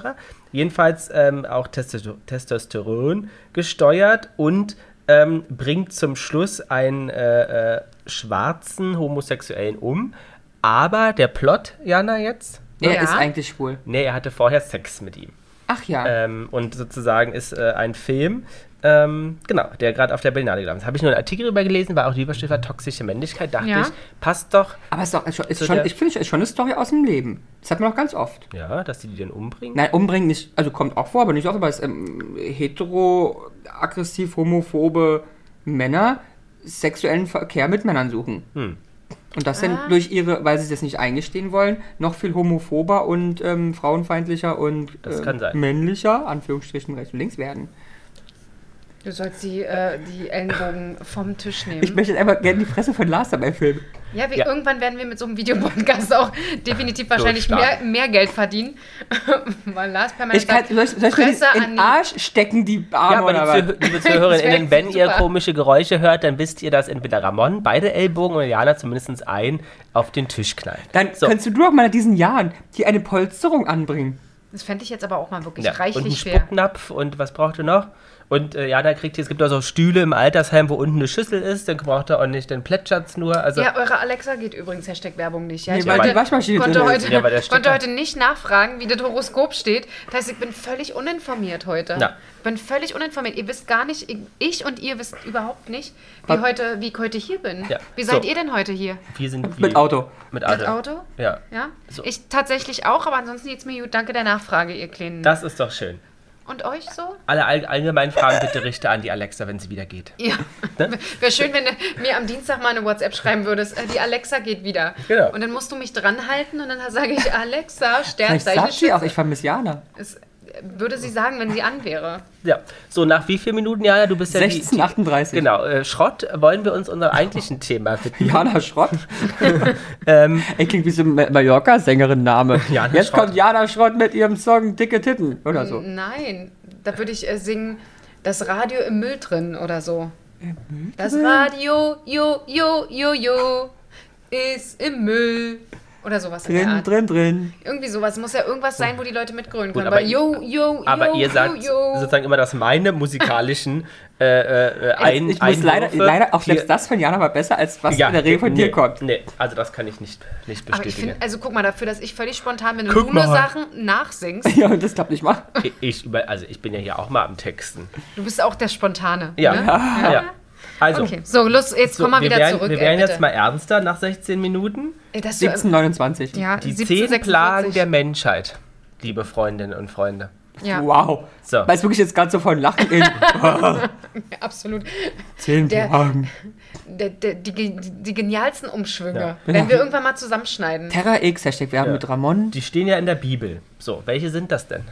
Speaker 3: Jedenfalls ähm, auch Testo Testosteron gesteuert und ähm, bringt zum Schluss einen äh, äh, schwarzen Homosexuellen um. Aber der Plot, Jana, jetzt?
Speaker 2: Er
Speaker 1: Ja.
Speaker 2: ist eigentlich schwul.
Speaker 3: Nee, er hatte vorher Sex mit ihm.
Speaker 2: Ach ja.
Speaker 3: Ähm, und sozusagen ist äh, ein Film, ähm, genau, der gerade auf der Berlinale gelaufen ist. Habe ich nur einen Artikel darüber gelesen, weil auch die Überschrift war toxische Männlichkeit. Dachte
Speaker 1: Ja.
Speaker 3: ich, passt doch.
Speaker 2: Aber es ist doch, ist schon, ist
Speaker 3: So
Speaker 2: schon,
Speaker 3: der-
Speaker 2: ich finde, es ist schon eine Story aus dem Leben. Das hat man doch ganz oft.
Speaker 3: Ja, dass die die dann umbringen.
Speaker 2: Nein, umbringen nicht, also kommt auch vor, aber nicht oft, aber es ähm, hetero, aggressiv, homophobe Männer sexuellen Verkehr mit Männern suchen.
Speaker 3: Hm.
Speaker 2: Und das dann
Speaker 1: Ah.
Speaker 2: durch ihre, weil sie das nicht eingestehen wollen, noch viel homophober und ähm, frauenfeindlicher und
Speaker 3: Das
Speaker 2: ähm,
Speaker 3: kann sein. Hm.
Speaker 2: männlicher, Anführungsstrichen rechts und links werden.
Speaker 1: Du sollst die, äh, die Ellenbogen vom Tisch nehmen.
Speaker 2: Ich möchte jetzt einfach gerne die Fresse von Lars dabei filmen.
Speaker 1: Ja, wir,
Speaker 3: Ja.
Speaker 1: irgendwann werden wir mit so einem Videopodcast auch definitiv wahrscheinlich mehr,
Speaker 3: Durchstarten.
Speaker 1: mehr Geld verdienen. Weil Lars permanent
Speaker 2: Ich kann,
Speaker 1: sagt,
Speaker 2: soll ich, soll ich mir
Speaker 1: Fresse
Speaker 2: die in
Speaker 1: an
Speaker 2: den
Speaker 1: die-
Speaker 2: Arsch stecken, die Arme
Speaker 3: Ja, aber
Speaker 2: oder was?
Speaker 3: liebe, Zuhö- liebe Zuhörerinnen,
Speaker 1: Das wär
Speaker 3: wenn ihr
Speaker 1: super.
Speaker 3: komische Geräusche hört, dann wisst ihr, dass entweder Ramon beide Ellbogen oder Jana zumindest ein auf den Tisch knallt.
Speaker 2: Dann
Speaker 3: So.
Speaker 2: kannst du doch mal nach diesen Jahren hier eine Polsterung anbringen.
Speaker 1: das fände ich jetzt aber auch mal wirklich
Speaker 3: Ja, und einen
Speaker 1: reichlich schwer.
Speaker 3: Spucknapf und was braucht ihr noch? Und äh, Jana kriegt hier, es gibt auch so Stühle im Altersheim, wo unten eine Schüssel ist, dann braucht er auch nicht, dann plätschert's nur. Also,
Speaker 1: Ja, eure Alexa geht übrigens Hashtag Werbung nicht. Ja,
Speaker 2: Nee,
Speaker 1: ich
Speaker 2: weil
Speaker 1: konnte,
Speaker 2: die Waschmaschine
Speaker 1: konnte,
Speaker 2: drin ist.
Speaker 1: heute,
Speaker 3: Ja, weil der steht
Speaker 1: konnte
Speaker 3: da.
Speaker 1: heute nicht nachfragen, wie das Horoskop steht. Das heißt, ich bin völlig uninformiert heute.
Speaker 3: Ja.
Speaker 1: Ich bin völlig uninformiert. Ihr wisst gar nicht, ich- ich und ihr wisst überhaupt nicht, wie,
Speaker 2: Was?
Speaker 1: heute, wie ich heute hier bin.
Speaker 3: Ja,
Speaker 1: Wie seid
Speaker 3: so.
Speaker 1: ihr denn heute hier?
Speaker 3: wir sind wie-
Speaker 2: Mit Auto.
Speaker 3: Mit Auto.
Speaker 1: Mit Auto?
Speaker 3: Ja.
Speaker 1: Ja?
Speaker 3: So.
Speaker 1: Ich tatsächlich auch, aber ansonsten geht's mir gut. Danke der Nachfrage, ihr Kleinen.
Speaker 3: Das ist doch schön.
Speaker 1: und euch so?
Speaker 3: Alle all, allgemeinen Fragen bitte richte an die Alexa, wenn sie wieder geht.
Speaker 1: Ja. Wäre schön, wenn du mir am Dienstag mal eine WhatsApp schreiben würdest. äh, Die Alexa geht wieder.
Speaker 3: Genau.
Speaker 1: Und dann musst du mich dranhalten und dann sage ich, Alexa,
Speaker 2: Vielleicht
Speaker 1: Sternzeichen.
Speaker 2: sagt sie
Speaker 1: Schütze.
Speaker 2: auch, ich vermisse Jana.
Speaker 1: Es äh, würde sie sagen, wenn sie an wäre.
Speaker 3: Ja. So, nach wie vielen Minuten, Jana? Du bist ja die-
Speaker 2: 1638.
Speaker 3: Genau, äh, Schrott wollen wir uns unserem eigentlichen Thema widmen. Ähm,
Speaker 2: Jana Schrott. Ey, klingt wie so ein Ma- Mallorca-Sängerin-Name.
Speaker 3: Jana
Speaker 2: Jetzt
Speaker 3: Schrott.
Speaker 2: kommt Jana Schrott mit ihrem Song Dicke Titten oder so.
Speaker 1: Mm, Nein, da würde ich äh, singen, das Radio im Müll drin oder so. Das Radio, jo, jo, jo, jo, ist im Müll. Oder sowas in der
Speaker 2: Drin,
Speaker 1: Art.
Speaker 2: drin, drin.
Speaker 1: Irgendwie sowas. Muss ja irgendwas sein, wo die Leute mitgrölen können.
Speaker 3: aber
Speaker 1: aber
Speaker 3: i-
Speaker 1: yo, yo,
Speaker 3: Aber
Speaker 1: yo,
Speaker 3: ihr
Speaker 1: yo,
Speaker 3: sagt
Speaker 1: yo.
Speaker 3: sozusagen immer, dass meine musikalischen äh, äh, äh, ein,
Speaker 2: ich muss leider,
Speaker 3: Einwürfe
Speaker 2: leider, auch
Speaker 3: hier-
Speaker 2: selbst das von Jana war besser, als was
Speaker 3: Ja,
Speaker 2: in der Regel von
Speaker 3: nee,
Speaker 2: dir kommt.
Speaker 3: Nee, also das kann ich nicht, nicht
Speaker 1: Aber ich finde,
Speaker 3: bestätigen.
Speaker 1: also guck mal, dafür, dass ich völlig spontan mit
Speaker 3: Guck mal.
Speaker 1: Lulu-Sachen nachsingst,
Speaker 2: Ja, und das klappt nicht mal.
Speaker 3: Ich, ich über, also ich bin ja hier auch mal am Texten.
Speaker 1: du bist auch der Spontane.
Speaker 3: Ja.
Speaker 1: Ne?
Speaker 3: ja. Also,
Speaker 1: Okay, so, los, jetzt
Speaker 3: so,
Speaker 1: komm mal
Speaker 3: wir
Speaker 1: wieder
Speaker 3: werden,
Speaker 1: zurück.
Speaker 3: wir werden
Speaker 1: ey,
Speaker 3: jetzt
Speaker 1: bitte.
Speaker 3: mal ernster nach 16 Minuten.
Speaker 1: Ey, dass du, ähm,
Speaker 2: 1729.
Speaker 1: ja,
Speaker 3: Die
Speaker 1: 17,
Speaker 3: 10 Plagen
Speaker 1: 46.
Speaker 3: der Menschheit, liebe Freundinnen und Freunde.
Speaker 1: Ja,
Speaker 2: Wow.
Speaker 3: So.
Speaker 2: Weil es wirklich jetzt gerade so von Lachen in
Speaker 1: absolut.
Speaker 2: zehn
Speaker 1: Der-
Speaker 2: Tagen.
Speaker 1: Der, der, die, ge- die, die genialsten Umschwünge.
Speaker 3: Ja.
Speaker 1: Wenn
Speaker 2: Ja.
Speaker 1: wir irgendwann mal zusammenschneiden.
Speaker 2: Terra X, Hashtag Werbung
Speaker 3: Ja.
Speaker 2: mit Ramon.
Speaker 3: Die stehen ja in der Bibel. So, welche sind das denn?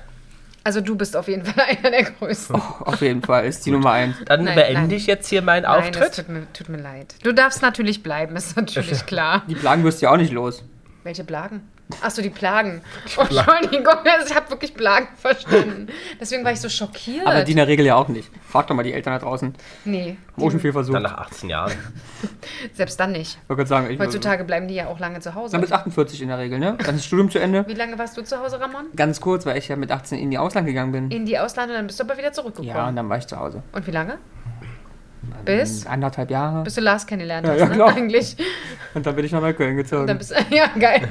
Speaker 1: Also du bist auf jeden Fall einer der Größten.
Speaker 2: Auf jeden Fall ist die Nummer eins.
Speaker 3: Dann
Speaker 1: Nein,
Speaker 3: beende
Speaker 1: nein.
Speaker 3: ich jetzt hier meinen
Speaker 1: Nein, das
Speaker 3: Auftritt.
Speaker 1: tut mir, tut mir leid. Du darfst natürlich bleiben, ist natürlich klar.
Speaker 2: Die Plagen wirst du ja auch nicht los.
Speaker 1: Welche Plagen? Achso, die Plagen. Oh, Entschuldigung, ich habe wirklich Plagen verstanden. Deswegen war ich so schockiert.
Speaker 2: Aber die in der Regel ja auch nicht. Frag doch mal die Eltern da draußen.
Speaker 1: nee,
Speaker 2: Haben auch schon viel versucht.
Speaker 3: Dann
Speaker 2: Ich
Speaker 3: nach 18 Jahren.
Speaker 1: selbst dann nicht.
Speaker 2: wollte gerade sagen, ich,
Speaker 1: Heutzutage bleiben die ja auch lange zu Hause.
Speaker 2: Dann bis 48 in der Regel, ne? Dann ist das Studium zu Ende.
Speaker 1: Wie lange warst du zu Hause, Ramon?
Speaker 2: Ganz kurz, weil ich ja mit 18 in die Ausland gegangen bin.
Speaker 1: In die Ausland und dann bist du aber wieder zurückgekommen.
Speaker 2: Ja, und dann war ich zu Hause.
Speaker 1: und wie lange? Bis?
Speaker 2: Anderthalb Jahre.
Speaker 1: Bis du Lars kennengelernt
Speaker 2: Ja,
Speaker 1: hast,
Speaker 2: ja,
Speaker 1: ne?
Speaker 2: klar.
Speaker 1: Eigentlich.
Speaker 2: Und dann bin ich nach Neukölln
Speaker 1: Dann
Speaker 2: gezogen.
Speaker 1: bist, ja, geil.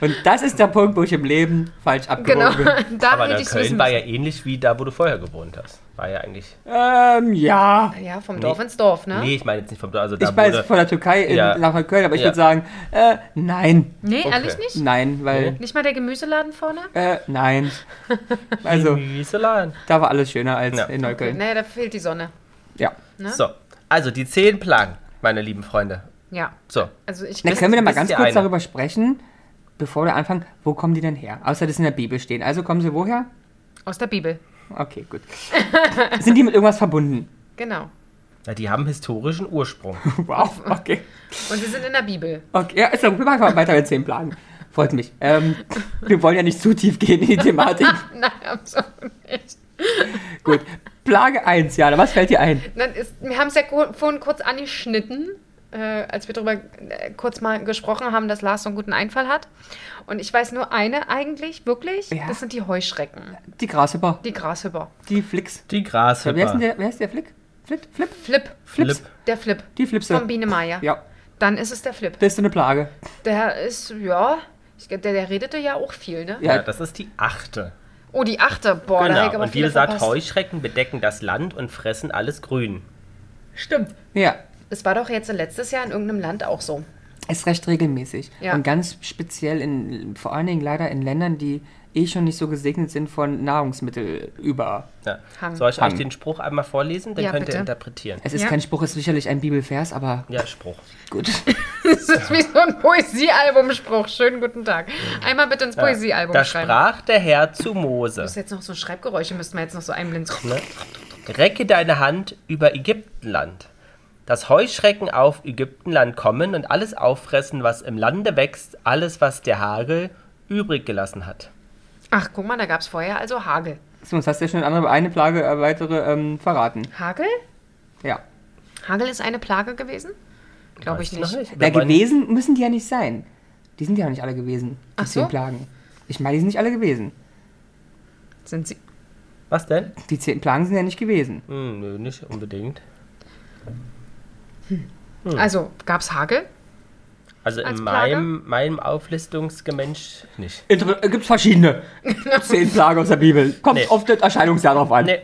Speaker 2: Und das ist der Punkt, wo ich im Leben falsch
Speaker 1: Genau,
Speaker 2: abgewogen
Speaker 1: da
Speaker 3: Aber
Speaker 1: hätte
Speaker 3: der
Speaker 1: ich wissen
Speaker 3: Köln war ja ähnlich wie da, wo du vorher gewohnt hast. War ja eigentlich.
Speaker 2: bin. Ähm, ja.
Speaker 1: müssen. Ja, vom Dorf ins Dorf, ne?
Speaker 3: Nee, ich meine jetzt nicht vom Dorf. Also da
Speaker 2: Ich weiß
Speaker 3: wurde-
Speaker 2: von der Türkei in,
Speaker 3: Ja.
Speaker 2: nach Neukölln, aber ich
Speaker 3: Ja.
Speaker 2: würde sagen, äh, nein.
Speaker 1: Nee,
Speaker 3: Okay.
Speaker 1: ehrlich nicht?
Speaker 2: Nein, weil,
Speaker 1: Nicht mal der Gemüseladen vorne?
Speaker 2: äh, nein. Also,
Speaker 3: Gemüseland.
Speaker 2: da war alles schöner als
Speaker 3: Ja.
Speaker 2: in Neukölln.
Speaker 1: Naja, da fehlt die Sonne.
Speaker 2: Ja.
Speaker 1: Ne?
Speaker 3: So, also die zehn Plagen, meine lieben Freunde.
Speaker 1: Ja.
Speaker 3: So,
Speaker 1: Also ich
Speaker 2: Na,
Speaker 1: Bist-
Speaker 2: können wir denn mal
Speaker 3: bist
Speaker 2: ganz
Speaker 3: der
Speaker 2: kurz
Speaker 3: eine.
Speaker 2: darüber sprechen, bevor wir anfangen, wo kommen die denn her? Außer, dass sie in der Bibel stehen. Also kommen sie woher?
Speaker 1: aus der Bibel.
Speaker 2: Okay, gut. Sind die mit irgendwas verbunden?
Speaker 1: Genau.
Speaker 3: Ja, die haben historischen Ursprung.
Speaker 2: Wow, okay.
Speaker 1: Und wir sind in der Bibel.
Speaker 2: Okay, ja, ist doch gut. Wir machen mal weiter mit zehn Plagen. Freut mich. Ähm, wir wollen ja nicht zu tief gehen in die Thematik.
Speaker 1: Nein, absolut nicht.
Speaker 2: Gut. Plage 1, Jana, was fällt dir ein?
Speaker 1: Dann ist, wir haben es ja ko- vorhin kurz angeschnitten, äh, als wir darüber äh, kurz mal gesprochen haben, dass Lars so einen guten Einfall hat. Und ich weiß nur eine eigentlich, wirklich.
Speaker 2: Ja.
Speaker 1: Das sind die Heuschrecken,
Speaker 2: Die Grashüpper,
Speaker 1: die Grashüpper.
Speaker 2: die Flicks.
Speaker 3: Die
Speaker 2: Wer ist denn
Speaker 3: Grashüpper.
Speaker 2: der, wer ist der Flick? Flip? Flip?
Speaker 1: Flip,
Speaker 2: Flips?
Speaker 3: Flip.
Speaker 1: der Flip
Speaker 2: Die Flipse.
Speaker 1: von Biene Meier.
Speaker 2: Ja,
Speaker 1: Dann ist es der Flip.
Speaker 2: das ist eine Plage.
Speaker 1: Der ist, ja, ich, glaub, der, der redete ja auch viel, ne?
Speaker 2: Ja,
Speaker 3: Ja, das ist die achte.
Speaker 1: Oh, die Achte, boah, da hab ich
Speaker 3: genau.
Speaker 1: aber
Speaker 3: Und wie
Speaker 1: viele
Speaker 3: gesagt,
Speaker 1: verpasst.
Speaker 3: Heuschrecken bedecken das Land und fressen alles grün.
Speaker 1: Stimmt.
Speaker 2: ja.
Speaker 1: Es war doch jetzt letztes Jahr in irgendeinem Land auch so.
Speaker 2: Ist recht regelmäßig.
Speaker 1: Ja.
Speaker 2: Und ganz speziell in, vor allen Dingen leider in Ländern, die eh schon nicht so gesegnet sind von Nahrungsmittel über.
Speaker 3: Ja.
Speaker 1: Hang.
Speaker 3: Soll ich
Speaker 2: Hang.
Speaker 3: euch den Spruch einmal vorlesen? Dann
Speaker 1: Ja,
Speaker 3: könnt
Speaker 1: bitte.
Speaker 3: ihr interpretieren.
Speaker 2: Es ist
Speaker 1: Ja.
Speaker 2: kein Spruch, es ist sicherlich ein Bibelvers, aber
Speaker 3: Ja, Spruch.
Speaker 2: gut.
Speaker 1: Das ist wie so ein Poesiealbumspruch. Schönen guten Tag. Einmal bitte ins Poesiealbum
Speaker 3: Da
Speaker 1: schreiben.
Speaker 3: sprach der Herr
Speaker 1: Das
Speaker 3: zu Mose.
Speaker 1: ist jetzt noch so ein Schreibgeräusche, müssten wir jetzt noch so einblenden.
Speaker 3: Ne? Recke deine Hand über Ägyptenland, dass Heuschrecken auf Ägyptenland kommen und alles auffressen, was im Lande wächst, alles, was der Hagel übrig gelassen hat.
Speaker 1: Ach, guck mal, da gab es vorher also Hagel.
Speaker 2: So, jetzt hast du ja schon eine, andere, eine Plage äh, weitere ähm, verraten.
Speaker 1: Hagel?
Speaker 2: Ja.
Speaker 1: Hagel ist eine Plage gewesen? Glaube ich
Speaker 3: Weiß
Speaker 1: nicht.
Speaker 3: Wir
Speaker 2: Da
Speaker 3: wollen-
Speaker 2: gewesen müssen die ja nicht sein. Die sind ja noch nicht alle gewesen. Die
Speaker 1: Ach
Speaker 2: zehn
Speaker 1: so.
Speaker 2: Plagen. Ich meine, die sind nicht alle gewesen.
Speaker 1: Sind sie?
Speaker 3: Was denn?
Speaker 2: Die zehn Plagen sind ja nicht gewesen.
Speaker 3: Hm, nö, nicht unbedingt.
Speaker 2: Hm.
Speaker 1: Also, gab es Hagel?
Speaker 3: Also
Speaker 1: Als
Speaker 3: in
Speaker 1: Plage?
Speaker 3: meinem, meinem Auflistungsgemensch nicht.
Speaker 2: Inter- äh, Gibt's verschiedene. zehn Plagen aus der Bibel. Kommt
Speaker 3: Nee.
Speaker 2: auf das Erscheinungsjahr drauf an.
Speaker 3: Nee.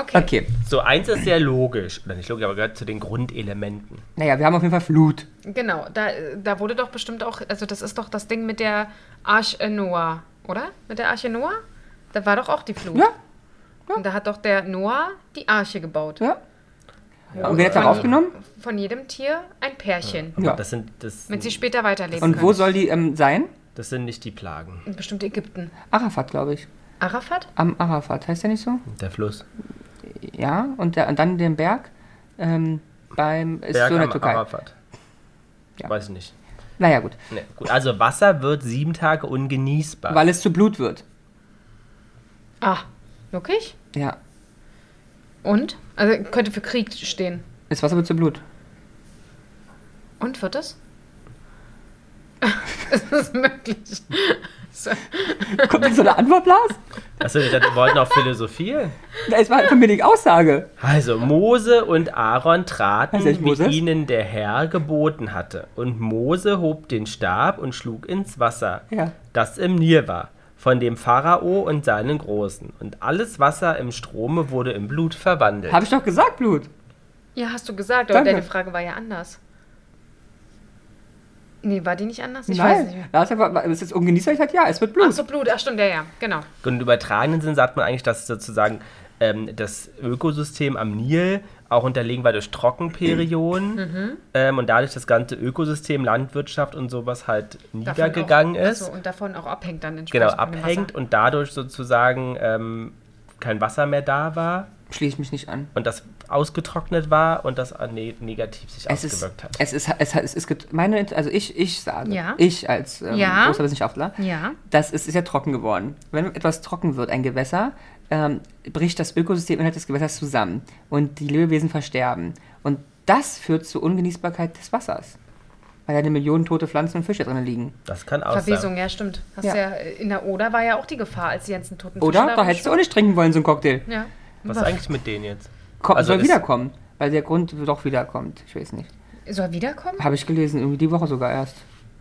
Speaker 1: Okay.
Speaker 2: Okay.
Speaker 3: Ne, So, eins ist sehr logisch. Oder nicht logisch, aber gehört zu den Grundelementen.
Speaker 2: Naja, wir haben auf jeden Fall Flut.
Speaker 1: Genau, da, da wurde doch bestimmt auch, also das ist doch das Ding mit der Arche Noah, oder? Mit der Arche Noah? Da war doch auch die Flut.
Speaker 2: Ja.
Speaker 1: Und da hat doch der Noah die Arche gebaut.
Speaker 2: Ja. Und wer hat da aufgenommen?
Speaker 1: Von jedem Tier ein Pärchen,
Speaker 2: Ja.
Speaker 3: also- Das sind, das,
Speaker 1: damit sie später weiterleben
Speaker 2: Und
Speaker 1: können.
Speaker 2: wo soll die ähm, sein?
Speaker 3: das sind nicht die Plagen.
Speaker 1: Bestimmt Ägypten.
Speaker 2: Arafat, glaube ich.
Speaker 1: Arafat?
Speaker 2: Am Arafat, heißt der nicht so?
Speaker 3: Der Fluss.
Speaker 2: Ja, und, der, und dann den Berg. Ähm, beim ist
Speaker 3: Berg
Speaker 2: so in der
Speaker 3: am
Speaker 2: Türkei.
Speaker 3: Arafat.
Speaker 2: Ja.
Speaker 3: Weiß ich nicht.
Speaker 2: Naja, gut.
Speaker 3: Nee, gut. Also Wasser wird sieben Tage ungenießbar.
Speaker 2: Weil es zu Blut wird.
Speaker 1: Ah, wirklich?
Speaker 2: Ja.
Speaker 1: Und? Also könnte für Krieg stehen.
Speaker 2: Das Wasser wird zu Blut.
Speaker 1: Und wird es? es ist möglich. So.
Speaker 2: Kommt jetzt so eine Antwort, Lars?
Speaker 3: Achso, ich dachte, wir wollten auch Philosophie.
Speaker 2: Das war für mich die Aussage.
Speaker 3: Also Mose und Aaron traten,
Speaker 2: Heißt er nicht
Speaker 3: wie
Speaker 2: Moses?
Speaker 3: ihnen der Herr geboten hatte. Und Mose hob den Stab und schlug ins Wasser,
Speaker 2: Ja.
Speaker 3: das im Nil war, von dem Pharao und seinen Großen. Und alles Wasser im Strome wurde in Blut verwandelt.
Speaker 2: Habe ich doch gesagt, Blut.
Speaker 1: Ja, hast du gesagt, aber
Speaker 2: Danke.
Speaker 1: deine Frage war ja anders. Nee, war die nicht anders? Ich weiß nicht mehr.
Speaker 2: Nein. Lars, war- war- ist jetzt ungenießlich? Hat ja, es wird Blut.
Speaker 1: Ach so, Blut, ach stimmt, ja, ja, genau.
Speaker 3: Und im übertragenen Sinn sagt man eigentlich, dass sozusagen ähm, das Ökosystem am Nil auch unterlegen war durch Trockenperioden
Speaker 1: Mhm.
Speaker 3: ähm, und dadurch das ganze Ökosystem, Landwirtschaft und sowas halt
Speaker 1: Davon
Speaker 3: niedergegangen
Speaker 1: auch,
Speaker 3: ist.
Speaker 1: Achso, und davon auch abhängt dann entsprechend.
Speaker 3: genau,
Speaker 1: von dem
Speaker 3: abhängt
Speaker 1: Wasser.
Speaker 3: und dadurch sozusagen ähm, kein Wasser mehr da war
Speaker 2: Schließe ich mich nicht an.
Speaker 3: und das ausgetrocknet war und das an- ne negativ sich
Speaker 2: Es ist,
Speaker 3: ausgewirkt hat.
Speaker 2: es ist, es hat- es ist, get- meine, also ich, ich sage,
Speaker 1: Ja.
Speaker 2: ich als ähm,
Speaker 1: Ja.
Speaker 2: großer Wissenschaftler,
Speaker 1: Ja.
Speaker 2: das ist, ist ja trocken geworden. Wenn etwas trocken wird, ein Gewässer, ähm, bricht das Ökosystem innerhalb des Gewässers zusammen und die Lebewesen versterben. Und das führt zur Ungenießbarkeit des Wassers, weil da eine Million tote Pflanzen und Fische drin liegen.
Speaker 3: Das kann auch
Speaker 1: Verwesung,
Speaker 3: sein.
Speaker 1: ja, stimmt. Hast
Speaker 2: Ja.
Speaker 1: ja. äh, in der Oder war ja auch die Gefahr, als die ganzen toten
Speaker 2: Oder?
Speaker 1: Fische
Speaker 2: Da hättest du auch nicht trinken wollen, so einen Cocktail.
Speaker 1: Ja.
Speaker 3: Was ist eigentlich mit denen jetzt?
Speaker 2: Komm,
Speaker 3: Also
Speaker 2: soll
Speaker 3: ist-
Speaker 2: wiederkommen, weil der Grund doch wiederkommt. Ich weiß nicht.
Speaker 1: Soll er wiederkommen?
Speaker 2: Habe ich gelesen, irgendwie die Woche sogar erst.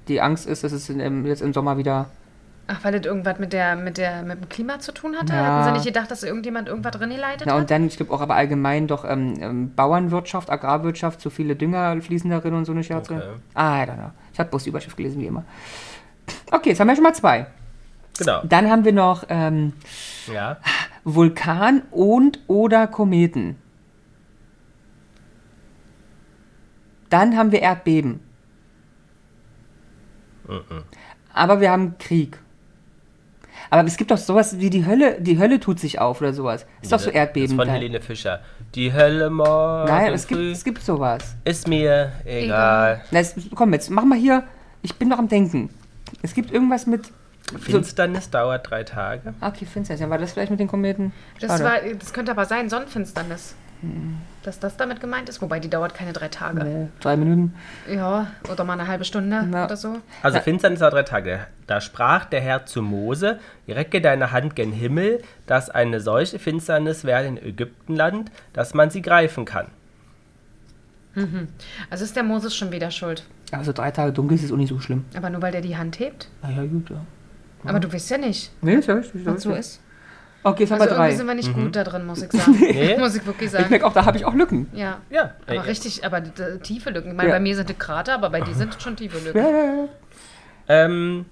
Speaker 2: Die Angst ist, dass es in, im- jetzt im Sommer wieder.
Speaker 1: Ach, weil das irgendwas mit, der, mit, der, mit dem Klima zu tun hatte?
Speaker 2: Ja.
Speaker 1: Hatten sie nicht gedacht, dass irgendjemand irgendwas drin geleitet
Speaker 2: Na und
Speaker 1: hat?
Speaker 2: dann, ich glaube auch aber allgemein doch ähm, ähm, Bauernwirtschaft, Agrarwirtschaft, zu viele Dünger fließen darin und so eine Scherze.
Speaker 3: Okay.
Speaker 2: Ah, I don't know. Ich habe bloß die Überschrift gelesen, wie immer. Okay, jetzt haben wir schon mal zwei.
Speaker 3: Genau.
Speaker 2: Dann haben wir noch ähm,
Speaker 3: Ja.
Speaker 2: Vulkan und oder Kometen. Dann haben wir Erdbeben.
Speaker 3: Äh,
Speaker 2: Aber wir haben Krieg. Aber es gibt doch sowas wie die Hölle, die Hölle tut sich auf oder sowas. Ist doch so
Speaker 3: Das
Speaker 2: Erdbeben.
Speaker 3: ist von
Speaker 2: da.
Speaker 3: Helene Fischer. Die Hölle morgen
Speaker 2: Nein, es gibt,
Speaker 3: früh
Speaker 2: es gibt sowas.
Speaker 3: ist mir egal.
Speaker 2: Na, es, komm, jetzt mach mal hier. Ich bin noch am Denken. Es gibt irgendwas mit. Ah,
Speaker 3: Finsternis dauert drei Tage.
Speaker 2: Okay, Finsternis. Ja, War das vielleicht mit den Kometen? Ah,
Speaker 1: Das,
Speaker 2: Schade. Hm.
Speaker 1: war, das könnte aber sein, Sonnenfinsternis. Dass das damit gemeint ist, wobei die dauert keine drei Tage.
Speaker 2: Nee, Äh, drei Minuten.
Speaker 1: Ja, oder mal eine halbe Stunde
Speaker 2: Ja.
Speaker 1: oder so.
Speaker 3: Also
Speaker 2: Ja.
Speaker 3: Finsternis dauert drei Tage. Da sprach der Herr zu Mose, recke deine Hand gen Himmel, dass eine solche Finsternis werde in Ägyptenland, dass man sie greifen kann.
Speaker 1: Also ist der Moses schon wieder schuld.
Speaker 2: Also drei Tage dunkel ist es auch nicht so schlimm.
Speaker 1: Aber nur weil der die Hand hebt?
Speaker 2: Na ja, gut, ja. Hm.
Speaker 1: Aber du weißt ja nicht,
Speaker 2: Nee, ist ja richtig.
Speaker 1: was so
Speaker 2: richtig.
Speaker 1: ist.
Speaker 2: Okay, jetzt haben
Speaker 1: Also
Speaker 2: wir
Speaker 1: irgendwie
Speaker 2: Hm. drei.
Speaker 1: sind wir
Speaker 3: Mhm.
Speaker 1: nicht gut da drin, muss ich sagen.
Speaker 3: Nee.
Speaker 1: Muss ich wirklich
Speaker 2: Ich
Speaker 1: sagen.
Speaker 2: merke auch, da habe ich auch Lücken.
Speaker 1: Ja.
Speaker 3: Ja,
Speaker 1: Aber
Speaker 3: äh,
Speaker 1: richtig, aber d- tiefe Lücken. Ich meine,
Speaker 2: Ja.
Speaker 1: bei mir sind die Krater, aber bei dir sind schon tiefe Lücken.
Speaker 2: Ja, ja, ja.
Speaker 3: ähm,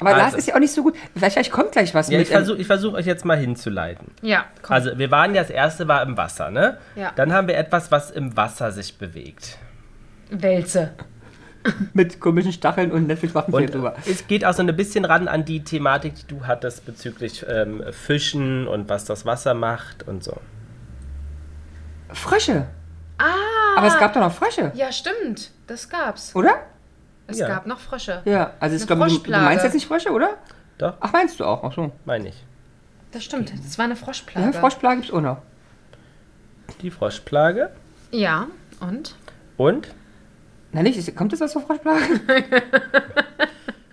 Speaker 2: Aber
Speaker 3: Also.
Speaker 2: Lars ist ja auch nicht so gut. Vielleicht, vielleicht kommt gleich was
Speaker 3: ja,
Speaker 2: mit.
Speaker 3: ich versuche ich versuch euch jetzt mal hinzuleiten.
Speaker 1: Ja, komm.
Speaker 3: Also wir waren ja, das erste war im Wasser, ne?
Speaker 1: Ja.
Speaker 3: Dann haben wir etwas, was im Wasser sich bewegt.
Speaker 1: Wälze.
Speaker 2: ähm, mit komischen Stacheln und Netflix-Waffen
Speaker 3: Und
Speaker 2: drüber.
Speaker 3: es geht auch so ein bisschen ran an die Thematik, die du hattest bezüglich ähm, Fischen und was das Wasser macht und so.
Speaker 2: Frösche. Ah. Aber es gab doch noch Frösche,
Speaker 1: Ja, stimmt. Das gab's.
Speaker 2: oder?
Speaker 1: Es
Speaker 3: Ja.
Speaker 1: gab noch Frösche.
Speaker 2: Ja, also ich
Speaker 1: Eine
Speaker 2: glaube, du, du
Speaker 1: Froschplage.
Speaker 2: meinst jetzt nicht Frösche, oder?
Speaker 3: Doch.
Speaker 2: Ach, meinst du auch? Ach so.
Speaker 3: Meine ich.
Speaker 1: Das stimmt. Das war eine
Speaker 2: Ja,
Speaker 1: Froschplage.
Speaker 2: Froschplage gibt's auch noch.
Speaker 3: Die Froschplage.
Speaker 1: Ja, und?
Speaker 3: Und?
Speaker 2: Na nicht, ist- kommt das was zur Froschplage?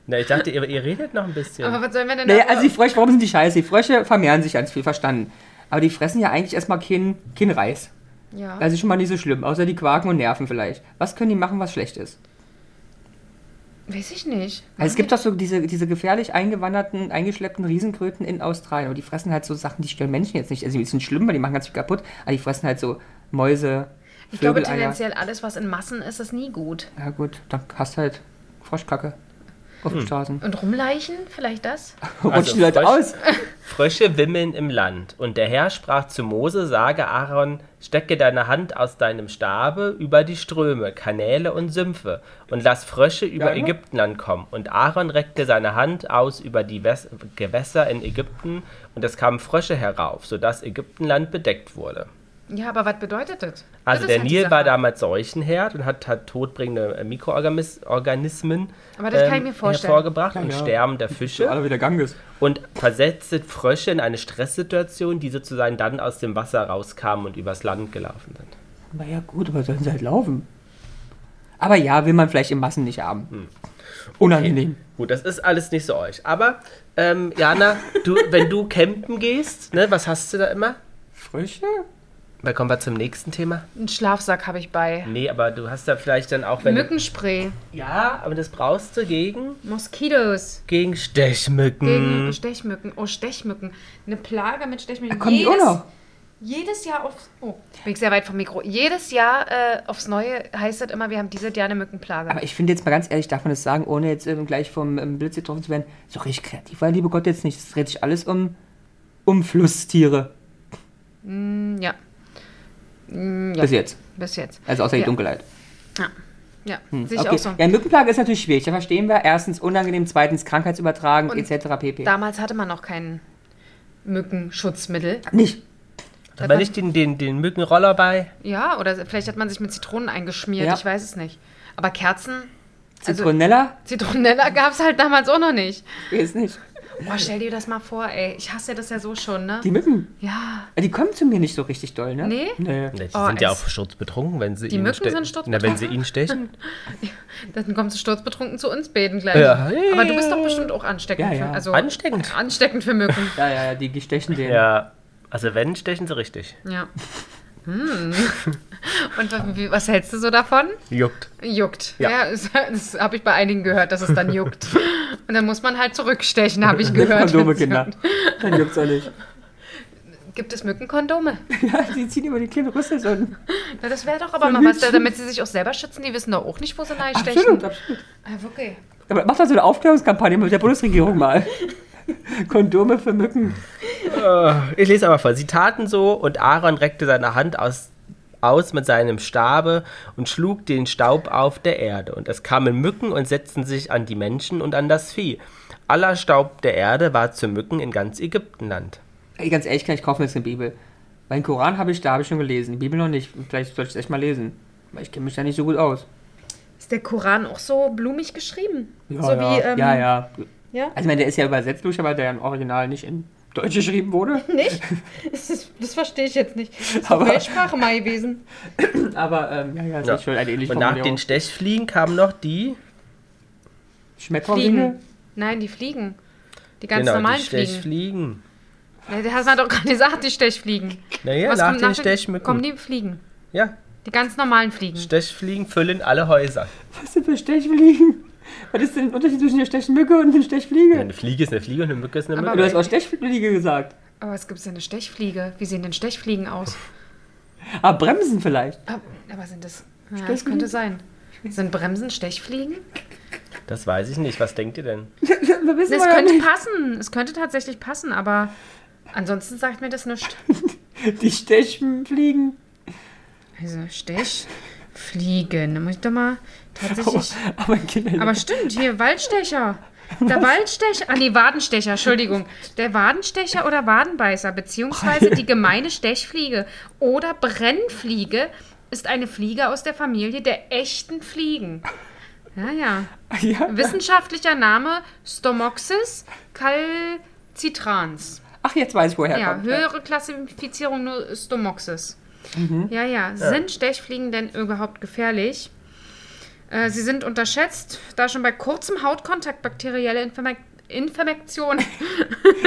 Speaker 3: Na, ich dachte, ihr, ihr redet noch ein bisschen.
Speaker 1: Aber was sollen wir denn
Speaker 2: Naja,
Speaker 1: da-
Speaker 2: also die Frösche, warum sind die scheiße? Die Frösche vermehren sich ganz viel, verstanden. Aber die fressen ja eigentlich erstmal keinen kein Reis.
Speaker 1: ja.
Speaker 2: Also schon mal nicht so schlimm, außer die Quaken und Nerven vielleicht. Was können die machen, was schlecht ist?
Speaker 1: Weiß ich nicht.
Speaker 2: Also es gibt doch so diese, diese gefährlich eingewanderten, eingeschleppten Riesenkröten in Australien. Und die fressen halt so Sachen, die stören Menschen jetzt nicht. Also die sind schlimm, weil die machen ganz viel kaputt. Aber die fressen halt so Mäuse,
Speaker 1: Ich glaube
Speaker 2: Vögeleier.
Speaker 1: tendenziell alles, was in Massen ist, ist nie gut.
Speaker 2: Ja gut, dann hast halt Froschkacke auf den Straßen.
Speaker 1: Und rumleichen, vielleicht das?
Speaker 2: Rutschen
Speaker 3: Hm. Also
Speaker 2: die Leute
Speaker 3: Frosch-
Speaker 2: aus.
Speaker 3: Frösche wimmeln im Land. Und der Herr sprach zu Mose, sage Aaron, stecke deine Hand aus deinem Stabe über die Ströme, Kanäle und Sümpfe und lass Frösche über
Speaker 2: Ja, ne?
Speaker 3: Ägyptenland kommen. Und Aaron reckte seine Hand aus über die Wes Gewässer in Ägypten und es kamen Frösche herauf, sodass Ägyptenland bedeckt wurde.
Speaker 1: Ja, aber was bedeutet das?
Speaker 3: Also
Speaker 1: das
Speaker 3: der
Speaker 1: ist halt die
Speaker 3: Nil
Speaker 1: Sache.
Speaker 3: war damals Seuchenherd und hat, hat todbringende äh, Mikroorganismen ähm,
Speaker 1: Aber das kann ich mir vorstellen.
Speaker 3: hervorgebracht und
Speaker 2: ja.
Speaker 3: Sterben der Fische
Speaker 2: wieder Ganges.
Speaker 3: und versetzte Frösche in eine Stresssituation, die sozusagen dann aus dem Wasser rauskamen und übers Land gelaufen sind.
Speaker 2: Naja gut, aber sollen sie halt laufen. Aber ja, will man vielleicht in Massen nicht haben.
Speaker 3: Hm.
Speaker 2: Unangenehm.
Speaker 3: Gut, das ist alles nicht so euch. Aber, ähm, Jana, du, wenn du campen gehst, ne, was hast du da immer?
Speaker 2: Frösche?
Speaker 3: Weil kommen wir zum nächsten Thema.
Speaker 1: Einen Schlafsack habe ich bei.
Speaker 3: Nee, aber du hast da vielleicht dann auch, wenn du,
Speaker 1: Mückenspray,
Speaker 3: Ja, aber das brauchst du gegen?
Speaker 1: Moskitos
Speaker 3: Gegen Stechmücken.
Speaker 1: gegen Stechmücken. Oh, Stechmücken. Eine Plage mit Stechmücken.
Speaker 2: Kommen die auch noch?
Speaker 1: Jedes Jahr aufs. Oh, bin ich sehr weit vom Mikro. Jedes Jahr äh, aufs Neue heißt das immer, wir haben dieses Jahr eine Mückenplage.
Speaker 2: Aber ich finde jetzt mal ganz ehrlich, darf man das sagen, ohne jetzt ähm, gleich vom ähm, Blitz getroffen zu werden, so richtig kreativ war der liebe Gott jetzt nicht. Es dreht sich alles um, um Flusstiere.
Speaker 1: ja. Mm, ja,
Speaker 2: Bis jetzt.
Speaker 1: bis jetzt.
Speaker 2: Also außer die
Speaker 1: Ja.
Speaker 2: Dunkelheit.
Speaker 1: Ja, ja. sehe ich
Speaker 2: Hm, Okay.
Speaker 1: auch so.
Speaker 2: Ja, Mückenplage ist natürlich schwierig. Da verstehen wir. Erstens unangenehm, zweitens krankheitsübertragend,
Speaker 1: Und
Speaker 2: etc. pp.
Speaker 1: Damals hatte man noch kein Mückenschutzmittel.
Speaker 2: nicht.
Speaker 3: Hat man nicht den, den, den Mückenroller bei?
Speaker 1: Ja, oder vielleicht hat man sich mit Zitronen eingeschmiert.
Speaker 2: Ja.
Speaker 1: Ich weiß es nicht. Aber Kerzen, Also-
Speaker 2: Zitronella?
Speaker 1: Zitronella gab es halt damals auch noch nicht.
Speaker 2: Weiß nicht.
Speaker 1: Boah, stell dir das mal vor, ey. Ich hasse das ja so schon, ne?
Speaker 2: Die Mücken.
Speaker 1: Ja.
Speaker 2: Die kommen zu mir nicht so richtig doll, ne?
Speaker 1: Nee?
Speaker 2: Nee.
Speaker 3: Die
Speaker 1: Oh,
Speaker 3: sind ja auch
Speaker 1: es-
Speaker 3: sturzbetrunken, wenn sie
Speaker 1: Die
Speaker 3: ihn
Speaker 1: Mücken
Speaker 3: ste-
Speaker 1: sind sturzbetrunken.
Speaker 3: Na, wenn sie ihn stechen.
Speaker 1: Dann kommst du sturzbetrunken zu uns beten gleich.
Speaker 3: Ja.
Speaker 1: Aber du bist doch bestimmt auch ansteckend.
Speaker 2: Ja, ja.
Speaker 1: Für, also
Speaker 3: Ansteckend.
Speaker 1: Ansteckend für Mücken.
Speaker 2: Ja, ja, ja, die gestechen den.
Speaker 3: Ja, also wenn, stechen sie richtig.
Speaker 1: Ja. Hm. Und wa- wie- was hältst du so davon?
Speaker 3: Juckt.
Speaker 1: Juckt.
Speaker 3: Ja.
Speaker 1: Ja, das, das habe ich bei einigen gehört, dass es dann juckt. Und dann muss man halt zurückstechen, habe ich gehört.
Speaker 2: Kondome, Kinder. Dann juckt's auch nicht.
Speaker 1: Gibt es Mückenkondome?
Speaker 2: Ja, die ziehen über den kleinen Rüssel so. ein-
Speaker 1: Na, das wäre doch aber mal was, da- damit sie sich auch selber schützen. Die wissen doch auch nicht, wo sie reinstechen.
Speaker 2: Absolut, absolut.
Speaker 1: Ah, wirklich.
Speaker 2: Aber macht doch so eine Aufklärungskampagne mit der Bundesregierung mal. Kondome für Mücken.
Speaker 3: Äh, Ich lese aber vor. Sie taten so und Aaron reckte seine Hand aus, aus mit seinem Stabe und schlug den Staub auf der Erde. Und es kamen Mücken und setzten sich an die Menschen und an das Vieh. aller Staub der Erde war zu Mücken in ganz Ägyptenland.
Speaker 2: Ey, ganz ehrlich, ich kaufe mir jetzt eine Bibel. Weil den Koran habe ich, da habe ich schon gelesen. Die Bibel noch nicht. Vielleicht sollte ich es echt mal lesen. Weil ich kenne mich da nicht so gut aus.
Speaker 1: Ist der Koran auch so blumig geschrieben?
Speaker 2: Ja,
Speaker 1: so
Speaker 2: ja.
Speaker 1: wie, ähm,
Speaker 2: ja, ja.
Speaker 1: ja?
Speaker 2: Also, ich meine, der ist ja übersetzt, durch, aber der im Original nicht in Deutsch geschrieben wurde.
Speaker 1: Nicht? Das, ist, das verstehe ich jetzt nicht. Das ist
Speaker 2: Aber-
Speaker 1: eine Weltsprache mal gewesen.
Speaker 2: Aber, ähm, ja, ja, ist
Speaker 3: Ja.
Speaker 2: nicht schon eine ähnliche
Speaker 3: Und nach den
Speaker 2: Formulierung.
Speaker 3: Stechfliegen kamen noch die,
Speaker 2: Schmetterlinge?
Speaker 1: Fliegen. Nein, die fliegen. Die ganz
Speaker 3: genau, die
Speaker 1: normalen Fliegen.
Speaker 3: Stechfliegen.
Speaker 1: Na, Der hat man doch gerade gesagt, die Stechfliegen.
Speaker 3: Naja, nach den
Speaker 1: Kommen
Speaker 3: Stechmücken.
Speaker 1: die Fliegen.
Speaker 3: Ja,
Speaker 1: Die ganz normalen Fliegen.
Speaker 3: Stechfliegen füllen alle Häuser.
Speaker 2: Was sind für Stechfliegen? Was ist denn der Unterschied zwischen der Stechmücke und der
Speaker 3: Ja,
Speaker 2: Stechfliege?
Speaker 3: eine Fliege ist eine Fliege und eine Mücke ist eine
Speaker 1: Aber-
Speaker 2: Du
Speaker 3: Mücke.
Speaker 2: hast auch Stechfliege gesagt.
Speaker 1: Aber es gibt ja eine Stechfliege. Wie sehen denn Stechfliegen aus?
Speaker 2: Ah, Bremsen vielleicht.
Speaker 1: Ab- Aber sind das. Ja, das könnte sein. Sind Bremsen Stechfliegen?
Speaker 3: Das weiß ich nicht. Was denkt ihr denn?
Speaker 2: Wir wissen
Speaker 1: Es
Speaker 2: wir ja
Speaker 1: könnte
Speaker 2: nicht.
Speaker 1: passen. Es könnte tatsächlich passen, aber ansonsten sagt mir das nichts.
Speaker 2: Die Stechfliegen.
Speaker 1: Also Stechfliegen. Da muss ich doch mal tatsächlich.
Speaker 2: Aber Kinder.
Speaker 1: Aber stimmt, hier Waldstecher. Der Waldstecher, ah nee, Wadenstecher, Entschuldigung. Der Wadenstecher oder Wadenbeißer, beziehungsweise die gemeine Stechfliege oder Brennfliege ist eine Fliege aus der Familie der echten Fliegen. Ja, ja.
Speaker 2: ja.
Speaker 1: Wissenschaftlicher Name Stomoxys calcitrans.
Speaker 2: Ach, jetzt weiß ich, woher er
Speaker 1: Ja,
Speaker 2: kommt.
Speaker 1: höhere Klassifizierung nur Stomoxys.
Speaker 2: Mhm.
Speaker 1: Ja, ja. Sind Stechfliegen denn überhaupt gefährlich? Äh, sie sind unterschätzt, da schon bei kurzem Hautkontakt bakterielle Infek Infektionen.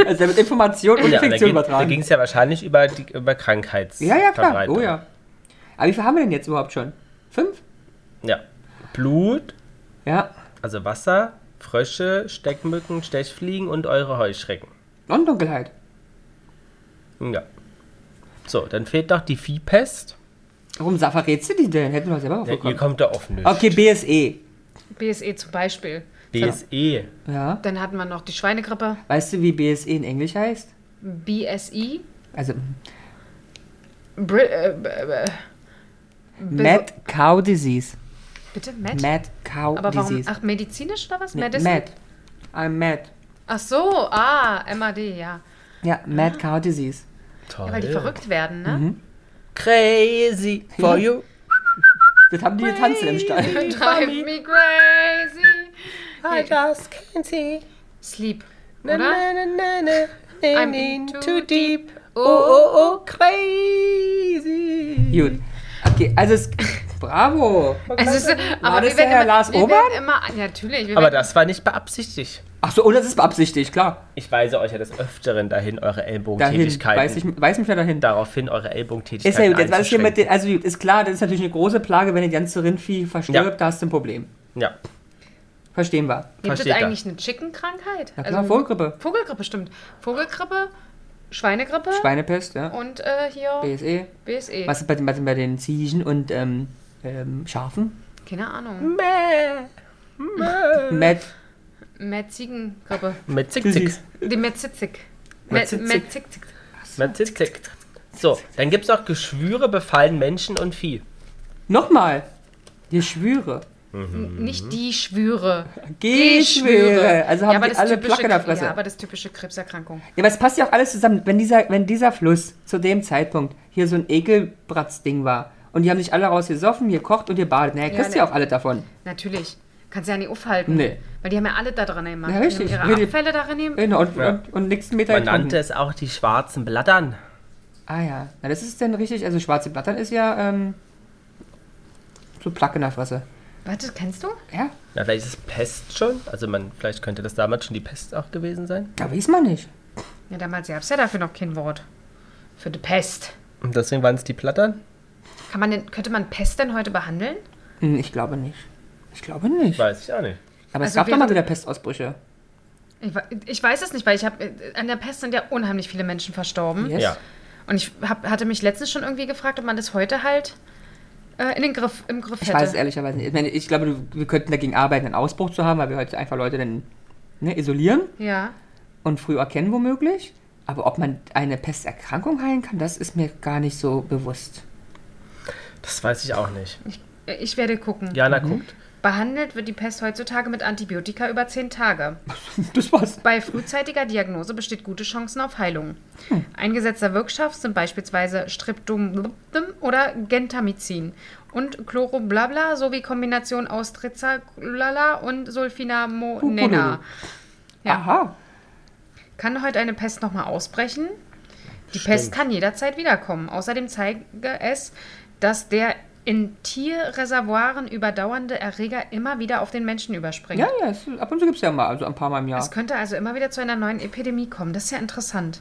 Speaker 2: Also mit Information und
Speaker 3: Ja, da
Speaker 2: Infektion
Speaker 3: ging da
Speaker 2: übertragen.
Speaker 3: ging's ja wahrscheinlich über, die, über
Speaker 2: Ja,
Speaker 3: Krankheitsverbreitung.
Speaker 2: ja, klar. Oh ja. Aber wie viel haben wir denn jetzt überhaupt schon? Fünf?
Speaker 3: ja. Blut,
Speaker 2: Ja.
Speaker 3: also Wasser, Frösche, Steckmücken, Stechfliegen und eure Heuschrecken.
Speaker 2: Und Dunkelheit.
Speaker 3: Ja. So, dann fehlt noch die Viehpest.
Speaker 2: Warum sa- verrätst du die denn? Hätten wir selber
Speaker 3: Ja, ihr
Speaker 2: aufgekommen.
Speaker 3: kommt da offen. nicht.
Speaker 2: Oh Okay, E. BSE.
Speaker 1: BSE E zum Beispiel.
Speaker 3: BSE.
Speaker 2: Ja.
Speaker 1: Dann hatten wir noch die Schweinegrippe.
Speaker 2: Weißt du, wie BSE in Englisch heißt?
Speaker 1: BSI.
Speaker 2: Also
Speaker 1: Bri äh, b- äh, Be-
Speaker 2: Mad Cow Disease.
Speaker 1: Bitte, Mad?
Speaker 2: Mad Cow
Speaker 1: Aber warum?
Speaker 2: Disease.
Speaker 1: Ach, medizinisch oder was?
Speaker 2: Nee,
Speaker 1: Medicine?
Speaker 2: mad. I'm mad.
Speaker 1: Ach so, ah, MAD, ja.
Speaker 2: Ja,
Speaker 1: Ah.
Speaker 2: Mad Cow Disease.
Speaker 3: Toll.
Speaker 1: Ja, weil die verrückt werden,
Speaker 2: Mhm.
Speaker 1: ne?
Speaker 3: Crazy for you.
Speaker 2: Das haben die getanzt im Stall.
Speaker 1: Drive me crazy.
Speaker 3: I just can't see.
Speaker 1: Sleep,
Speaker 3: Na,
Speaker 1: oder?
Speaker 3: na, na, na, na, na,
Speaker 1: I'm
Speaker 3: in
Speaker 1: too
Speaker 3: too deep.
Speaker 1: Oh,
Speaker 3: Oh, oh, oh, crazy.
Speaker 2: Gut. Okay, also es. Bravo!
Speaker 1: Also, es ist, aber
Speaker 2: das
Speaker 1: wir werden
Speaker 2: der Herr
Speaker 1: immer,
Speaker 2: Lars
Speaker 1: wir
Speaker 2: Obert?
Speaker 1: Werden immer, ja, natürlich. Wir
Speaker 3: Aber
Speaker 1: werden,
Speaker 3: das war nicht beabsichtigt.
Speaker 2: Ach so, und das ist beabsichtigt, klar.
Speaker 3: Ich weise euch ja des Öfteren dahin, eure
Speaker 2: Dahin.
Speaker 3: Ellbogentätigkeiten.
Speaker 2: Weiß, ich, weiß mich, wer dahin da.
Speaker 3: Daraufhin eure
Speaker 2: Ist
Speaker 3: Ellbogentätigkeiten.
Speaker 2: ja gut. Jetzt weiß ich hier mit
Speaker 3: einzuschränken.
Speaker 2: den, also gut, ist klar, das ist natürlich eine große Plage, wenn das ganze Rindvieh verstirbt,
Speaker 3: Ja.
Speaker 2: da hast du ein Problem.
Speaker 3: Ja,
Speaker 2: Verstehen wir.
Speaker 1: gibt es
Speaker 3: versteht er.
Speaker 1: eigentlich eine Chicken-Krankheit? Also
Speaker 2: Na klar, Vogelgrippe.
Speaker 1: Vogelgrippe, stimmt. Vogelgrippe, Schweinegrippe
Speaker 2: Schweinepest, ja.
Speaker 1: und äh, hier E.
Speaker 2: BSE.
Speaker 1: BSE.
Speaker 2: Was ist bei den, bei den- bei den Ziegen und ähm, ähm, Schafen?
Speaker 1: Keine Ahnung.
Speaker 2: Mad
Speaker 1: Metzigengrippe.
Speaker 3: mit Zick, Zick.
Speaker 2: Disease.
Speaker 1: Die Metzitzig.
Speaker 3: Metzitzig.
Speaker 1: Metzitzig.
Speaker 3: Mit Zick, Zick. So, dann gibt es noch Geschwüre, befallen Menschen und Vieh.
Speaker 2: Nochmal. Geschwüre.
Speaker 1: Nicht die Schwüre.
Speaker 2: Geschwüre. Also haben
Speaker 1: aber
Speaker 2: die
Speaker 1: das
Speaker 2: alle
Speaker 1: typische-
Speaker 2: Plack in der Fresse.
Speaker 1: Ja,
Speaker 2: Ja,
Speaker 1: aber das typische Krebserkrankung.
Speaker 2: aber es passt ja auch alles zusammen. Wenn dieser, wenn dieser Fluss zu dem Zeitpunkt hier so ein Ekelbratzding war und die haben sich alle rausgesoffen, hier kocht und hier badet, naja, kriegst du ja
Speaker 1: ne.
Speaker 2: auch alle davon.
Speaker 1: Natürlich. Kannst du ja nicht aufhalten.
Speaker 2: Nee.
Speaker 1: Weil die haben ja alle da drin gemacht.
Speaker 2: Ja, richtig.
Speaker 1: Die haben
Speaker 2: Nur die-
Speaker 1: ihre Abfälle darin nehmen.
Speaker 2: Genau, und,
Speaker 3: Ja.
Speaker 2: und, und nächsten Meter
Speaker 3: Man
Speaker 2: getrunken.
Speaker 3: nannte es auch die schwarzen Blattern.
Speaker 2: Ah ja, na das ist denn richtig, also schwarze Blattern ist ja ähm, so Plack in der Fresse.
Speaker 1: Warte, kennst du?
Speaker 2: Ja,
Speaker 3: Na, vielleicht ist es Pest schon. Also man, vielleicht könnte das damals schon die Pest auch gewesen sein.
Speaker 2: da weiß man nicht.
Speaker 1: Ja, damals gab es ja dafür noch kein Wort. Für die Pest.
Speaker 3: Und deswegen waren es die Plattern?
Speaker 1: Kann man denn, könnte man Pest denn heute behandeln?
Speaker 2: Hm, ich glaube nicht. Ich glaube nicht.
Speaker 3: Weiß ich auch nicht.
Speaker 2: Aber es
Speaker 1: Also
Speaker 2: gab doch
Speaker 1: wäre-
Speaker 2: mal wieder Pestausbrüche.
Speaker 1: Ich, we- ich weiß es nicht, weil ich habe an der Pest sind ja unheimlich viele Menschen verstorben.
Speaker 2: Yes.
Speaker 3: Ja.
Speaker 1: Und ich hab, hatte mich letztens schon irgendwie gefragt, ob man das heute halt äh, in den Griff, im Griff
Speaker 2: Ich
Speaker 1: hätte.
Speaker 2: weiß es ehrlicherweise nicht. Ich, meine, ich glaube, du- wir könnten dagegen arbeiten, einen Ausbruch zu haben, weil wir heute einfach Leute dann ne, isolieren
Speaker 1: Ja.
Speaker 2: und früh erkennen womöglich. Aber ob man eine Pesterkrankung heilen kann, das ist mir gar nicht so bewusst.
Speaker 3: Das weiß ich auch nicht.
Speaker 1: äh, Ich, ich werde gucken.
Speaker 3: Mhm. Jana guckt.
Speaker 1: Behandelt wird die Pest heutzutage mit Antibiotika über 10 Tage.
Speaker 2: Das war's.
Speaker 1: Bei frühzeitiger Diagnose besteht gute Chancen auf Heilung. Eingesetzter Wirkstoff sind beispielsweise Streptomycin oder Gentamicin und Chloroblabla sowie Kombination aus Trizalala und Sulfinamonena. Ja.
Speaker 2: Aha.
Speaker 1: Kann heute eine Pest nochmal ausbrechen? Die Pest kann jederzeit wiederkommen. Außerdem zeige es, dass der in Tierreservoiren überdauernde Erreger immer wieder auf den Menschen überspringt.
Speaker 2: Ja, ja, es, ab und zu gibt es ja mal, also ein paar Mal im Jahr.
Speaker 1: Es könnte also immer wieder zu einer neuen Epidemie kommen. Das ist ja interessant.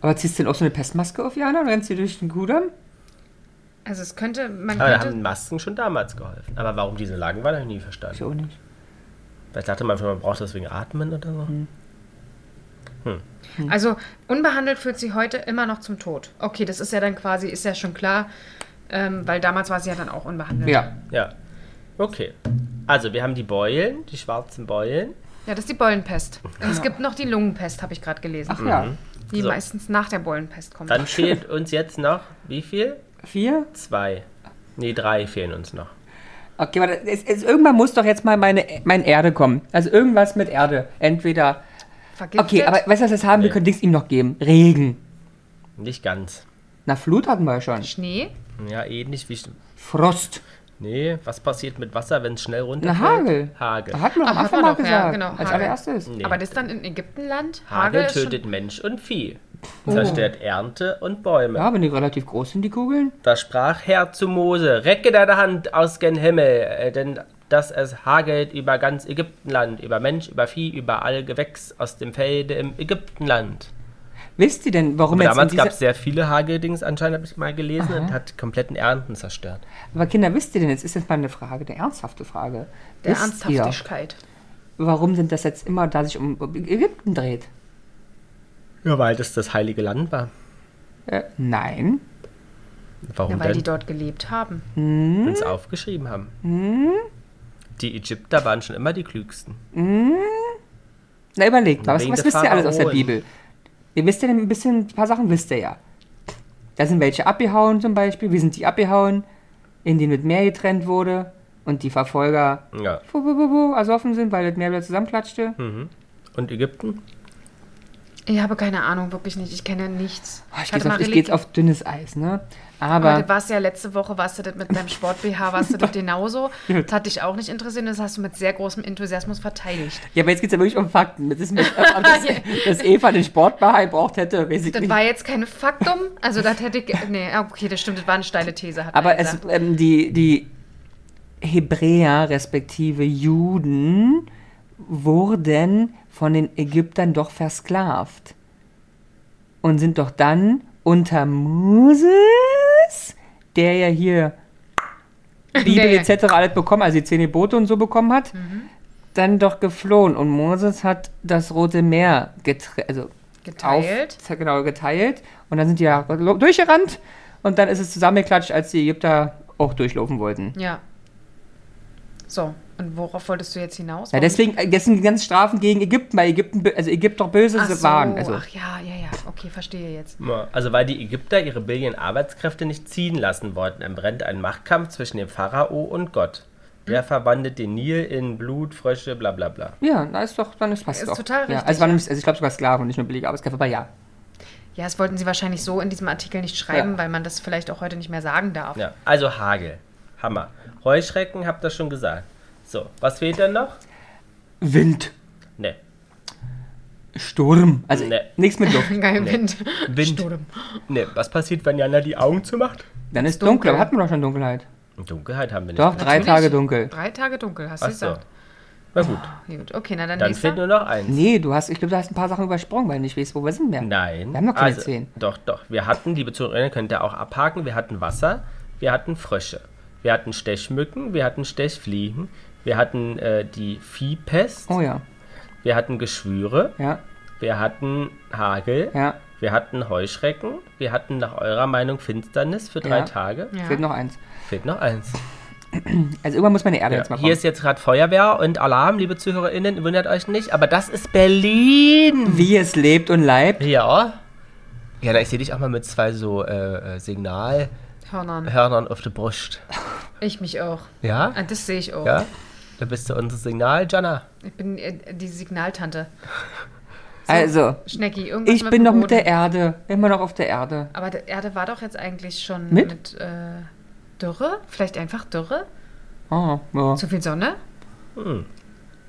Speaker 2: Aber ziehst du denn auch so eine Pestmaske auf, Jana, und rennst du durch den Kudamm?
Speaker 1: Also es könnte, man
Speaker 3: Aber da
Speaker 1: könnte,
Speaker 3: haben Masken schon damals geholfen. Aber warum diese Lagenwahl, habe ich nie verstanden.
Speaker 2: Ich auch nicht.
Speaker 3: Vielleicht dachte man, man braucht das wegen Atmen oder so.
Speaker 1: also unbehandelt führt sie heute immer noch zum Tod. Okay, das ist ja dann quasi, ist ja schon klar, ähm, weil damals war sie ja dann auch unbehandelt.
Speaker 2: Ja.
Speaker 3: Ja. Okay. Also, wir haben die Beulen, die schwarzen Beulen.
Speaker 1: Ja, das ist die Beulenpest. Und es gibt noch die Lungenpest, habe ich gerade gelesen,
Speaker 2: Ach ja.
Speaker 1: die
Speaker 3: So.
Speaker 1: meistens nach der Beulenpest kommt.
Speaker 3: Dann fehlt uns jetzt noch, wie viel?
Speaker 2: Vier?
Speaker 3: Zwei. Nee, drei fehlen uns noch.
Speaker 2: Okay, warte, es, es, irgendwann muss doch jetzt mal meine, mein Erde kommen. Also irgendwas mit Erde. Entweder.
Speaker 1: Vergiftet.
Speaker 2: Okay, aber weißt du, was wir jetzt haben? Wir
Speaker 3: Nee.
Speaker 2: können nichts ihm noch geben. Regen.
Speaker 3: Nicht ganz.
Speaker 2: Na, Flut hatten wir ja schon.
Speaker 1: Schnee,
Speaker 3: Ja, ähnlich wie.
Speaker 2: Frost.
Speaker 3: Nee, was passiert mit Wasser, wenn es schnell
Speaker 2: Na,
Speaker 3: runterfällt?
Speaker 2: Hagel.
Speaker 3: Hagel.
Speaker 2: Da hatten wir doch
Speaker 1: Ah,
Speaker 2: am
Speaker 1: hatten
Speaker 2: Anfang
Speaker 1: wir
Speaker 2: mal
Speaker 1: doch, ja,
Speaker 2: gesagt.
Speaker 1: genau,
Speaker 2: als
Speaker 1: Hagel.
Speaker 2: allererstes.
Speaker 3: Nee.
Speaker 1: aber das dann in Ägyptenland?
Speaker 3: Hagel,
Speaker 1: ist schon-
Speaker 3: tötet Mensch und Vieh,
Speaker 2: Oh.
Speaker 3: zerstört Ernte und Bäume.
Speaker 2: Ja, wenn die relativ groß sind, die Kugeln.
Speaker 3: Da sprach Herr zu Mose, recke deine Hand aus gen Himmel, äh, denn dass es hagelt über ganz Ägyptenland, über Mensch, über Vieh, über all Gewächs aus dem Felde im Ägyptenland.
Speaker 2: Wisst ihr denn, warum
Speaker 3: Aber
Speaker 2: jetzt in
Speaker 3: damals
Speaker 2: dieser...
Speaker 3: gab es sehr viele Hageldings anscheinend, habe ich mal gelesen, und hat kompletten Ernten zerstört.
Speaker 2: Aber Kinder, wisst ihr denn, jetzt ist jetzt mal eine Frage, eine ernsthafte Frage.
Speaker 1: Der
Speaker 2: wisst ihr,
Speaker 1: Ernsthaftigkeit.
Speaker 2: warum sind das jetzt immer, da sich um Ägypten dreht?
Speaker 3: Ja, weil das das heilige Land war.
Speaker 2: Äh, nein.
Speaker 3: Warum
Speaker 1: Ja, weil die
Speaker 3: denn?
Speaker 1: dort gelebt haben.
Speaker 3: Uns
Speaker 2: Hm?
Speaker 3: aufgeschrieben haben. Die Ägypter waren schon immer die Klügsten.
Speaker 2: Na, überlegt mal, was,
Speaker 3: Wegen
Speaker 2: was
Speaker 3: der
Speaker 2: wisst ihr alles aus der
Speaker 3: Pharaonen.
Speaker 2: Bibel? Ihr wisst ja ein bisschen, ein paar Sachen wisst ihr ja. Da sind welche abgehauen zum Beispiel, wie sind die abgehauen? Indien mit Meer getrennt wurde und die Verfolger
Speaker 3: Ja.
Speaker 2: fu- fu- fu- fu- ersoffen sind, weil das Meer wieder zusammenklatschte.
Speaker 3: Hm. Und Ägypten?
Speaker 1: Ich habe keine Ahnung, wirklich nicht. Ich kenne nichts.
Speaker 2: Oh, ich
Speaker 1: hatte
Speaker 2: gehe jetzt, auf- ich geh
Speaker 1: Religion-
Speaker 2: jetzt auf dünnes Eis, ne?
Speaker 1: Aber
Speaker 2: Aber
Speaker 1: du warst ja letzte Woche, warst du das mit deinem Sport-BH, warst du das genauso. Das hat dich auch nicht interessiert und das hast du mit sehr großem Enthusiasmus verteidigt.
Speaker 2: Ja, aber jetzt geht es ja wirklich um Fakten. Das ist mit, ob das, dass Eva den Sportbar braucht hätte, weiß ich
Speaker 1: Das
Speaker 2: nicht.
Speaker 1: war jetzt keine Faktum. Also, das hätte ich. Nee, ah, okay, das stimmt, das war eine steile These. Hat
Speaker 2: Aber
Speaker 1: er
Speaker 2: es,
Speaker 1: gesagt.
Speaker 2: ähm, die, die Hebräer respektive Juden wurden von den Ägyptern doch versklavt und sind doch dann unter Moses, der ja hier Bibel
Speaker 1: Der ja-
Speaker 2: etc. alles bekommen, also die zehn Gebote und so bekommen hat, dann doch geflohen. Und Moses hat das Rote Meer getre also
Speaker 1: Geteilt.
Speaker 2: Auf, genau, geteilt. Und dann sind die ja lo- durchgerannt. Und dann ist es zusammengeklatscht, als die Ägypter auch durchlaufen wollten.
Speaker 1: Ja. So, und worauf wolltest du jetzt hinaus?
Speaker 2: Ja, deswegen, äh, das sind die ganzen Strafen gegen Ägypten, weil Ägypten, bö- also Ägypter böse
Speaker 1: ach so,
Speaker 2: waren. Also,
Speaker 1: Ach ja, ja, ja. Okay, verstehe jetzt.
Speaker 3: Ja, Also weil die Ägypter ihre billigen Arbeitskräfte nicht ziehen lassen wollten, entbrennt ein Machtkampf zwischen dem Pharao und
Speaker 2: Hm?
Speaker 3: Gott. Der verwandelt den Nil in Blut, Frösche, bla bla bla.
Speaker 2: ja, na ist doch, dann ist passt
Speaker 1: Ist
Speaker 2: doch.
Speaker 1: total
Speaker 2: ja,
Speaker 1: richtig,
Speaker 2: also, waren, nämlich- also ich glaube sogar Sklaven und nicht nur billige Arbeitskräfte, aber ja.
Speaker 1: Ja, das wollten sie wahrscheinlich so in diesem Artikel nicht schreiben,
Speaker 2: Ja.
Speaker 1: weil man das vielleicht auch heute nicht mehr sagen darf.
Speaker 3: Ja, also Hagel. Hammer. Heuschrecken, habt ihr schon gesagt. So, was fehlt denn noch?
Speaker 2: Wind,
Speaker 3: Ne.
Speaker 2: Sturm, also
Speaker 3: Nee.
Speaker 2: nichts mit Luft.
Speaker 1: Geil, Wind.
Speaker 3: Wind.
Speaker 1: Sturm.
Speaker 3: Ne, was passiert, wenn Jana die Augen zumacht?
Speaker 2: Dann ist
Speaker 1: Dunkel.
Speaker 2: dunkel, aber hatten wir doch schon Dunkelheit.
Speaker 3: Dunkelheit haben wir nicht.
Speaker 2: Doch, drei
Speaker 1: Natürlich.
Speaker 2: Tage dunkel.
Speaker 1: Drei Tage dunkel, hast du
Speaker 3: Ach so.
Speaker 1: gesagt. Ah,
Speaker 3: Na gut,
Speaker 1: Gut, okay, na dann,
Speaker 3: dann
Speaker 1: nächster.
Speaker 3: fehlt nur noch eins.
Speaker 2: Nee, du hast, ich glaube, du hast ein paar Sachen übersprungen, weil du nicht weißt, wo wir sind mehr.
Speaker 3: Nein. Also
Speaker 2: Wir haben noch keine zehn.
Speaker 3: Doch, doch. Wir hatten, liebe Zuhörer, könnt ihr auch abhaken, wir hatten Wasser, wir hatten Frösche, wir hatten Stechmücken, wir hatten Stechfliegen, wir hatten äh, die Viehpest,
Speaker 2: Oh ja,
Speaker 3: wir hatten Geschwüre,
Speaker 2: ja,
Speaker 3: wir hatten Hagel,
Speaker 2: ja.
Speaker 3: wir hatten Heuschrecken, wir hatten nach eurer Meinung Finsternis für drei
Speaker 2: Ja.
Speaker 3: Tage.
Speaker 1: Ja.
Speaker 2: Fehlt noch eins.
Speaker 3: Fehlt noch eins.
Speaker 2: Also irgendwann muss meine Erde jetzt mal
Speaker 3: Ja.
Speaker 2: kommen.
Speaker 3: Hier ist jetzt gerade Feuerwehr und Alarm, liebe ZuhörerInnen, wundert euch nicht, aber das ist Berlin.
Speaker 2: Wie es lebt und leibt.
Speaker 3: Ja. Jana, ich sehe dich auch mal mit zwei so äh, äh, Signal.
Speaker 1: Hörnern.
Speaker 3: Hörnern auf der Brust.
Speaker 1: Ich mich auch.
Speaker 3: Ja?
Speaker 2: Also.
Speaker 1: Ah, Das sehe ich auch.
Speaker 3: Ja? Da bist du unser Signal, Jana.
Speaker 1: Ich bin äh, die Signaltante.
Speaker 2: Also,
Speaker 1: Schnecki, irgendwas
Speaker 2: ich bin noch
Speaker 1: dem
Speaker 2: mit der
Speaker 1: Boden.
Speaker 2: Erde. Immer noch auf der Erde.
Speaker 1: Aber die Erde war doch jetzt eigentlich schon
Speaker 2: Mit?
Speaker 1: mit, äh, Dürre? Vielleicht einfach Dürre?
Speaker 2: Oh, ja.
Speaker 1: Zu viel Sonne?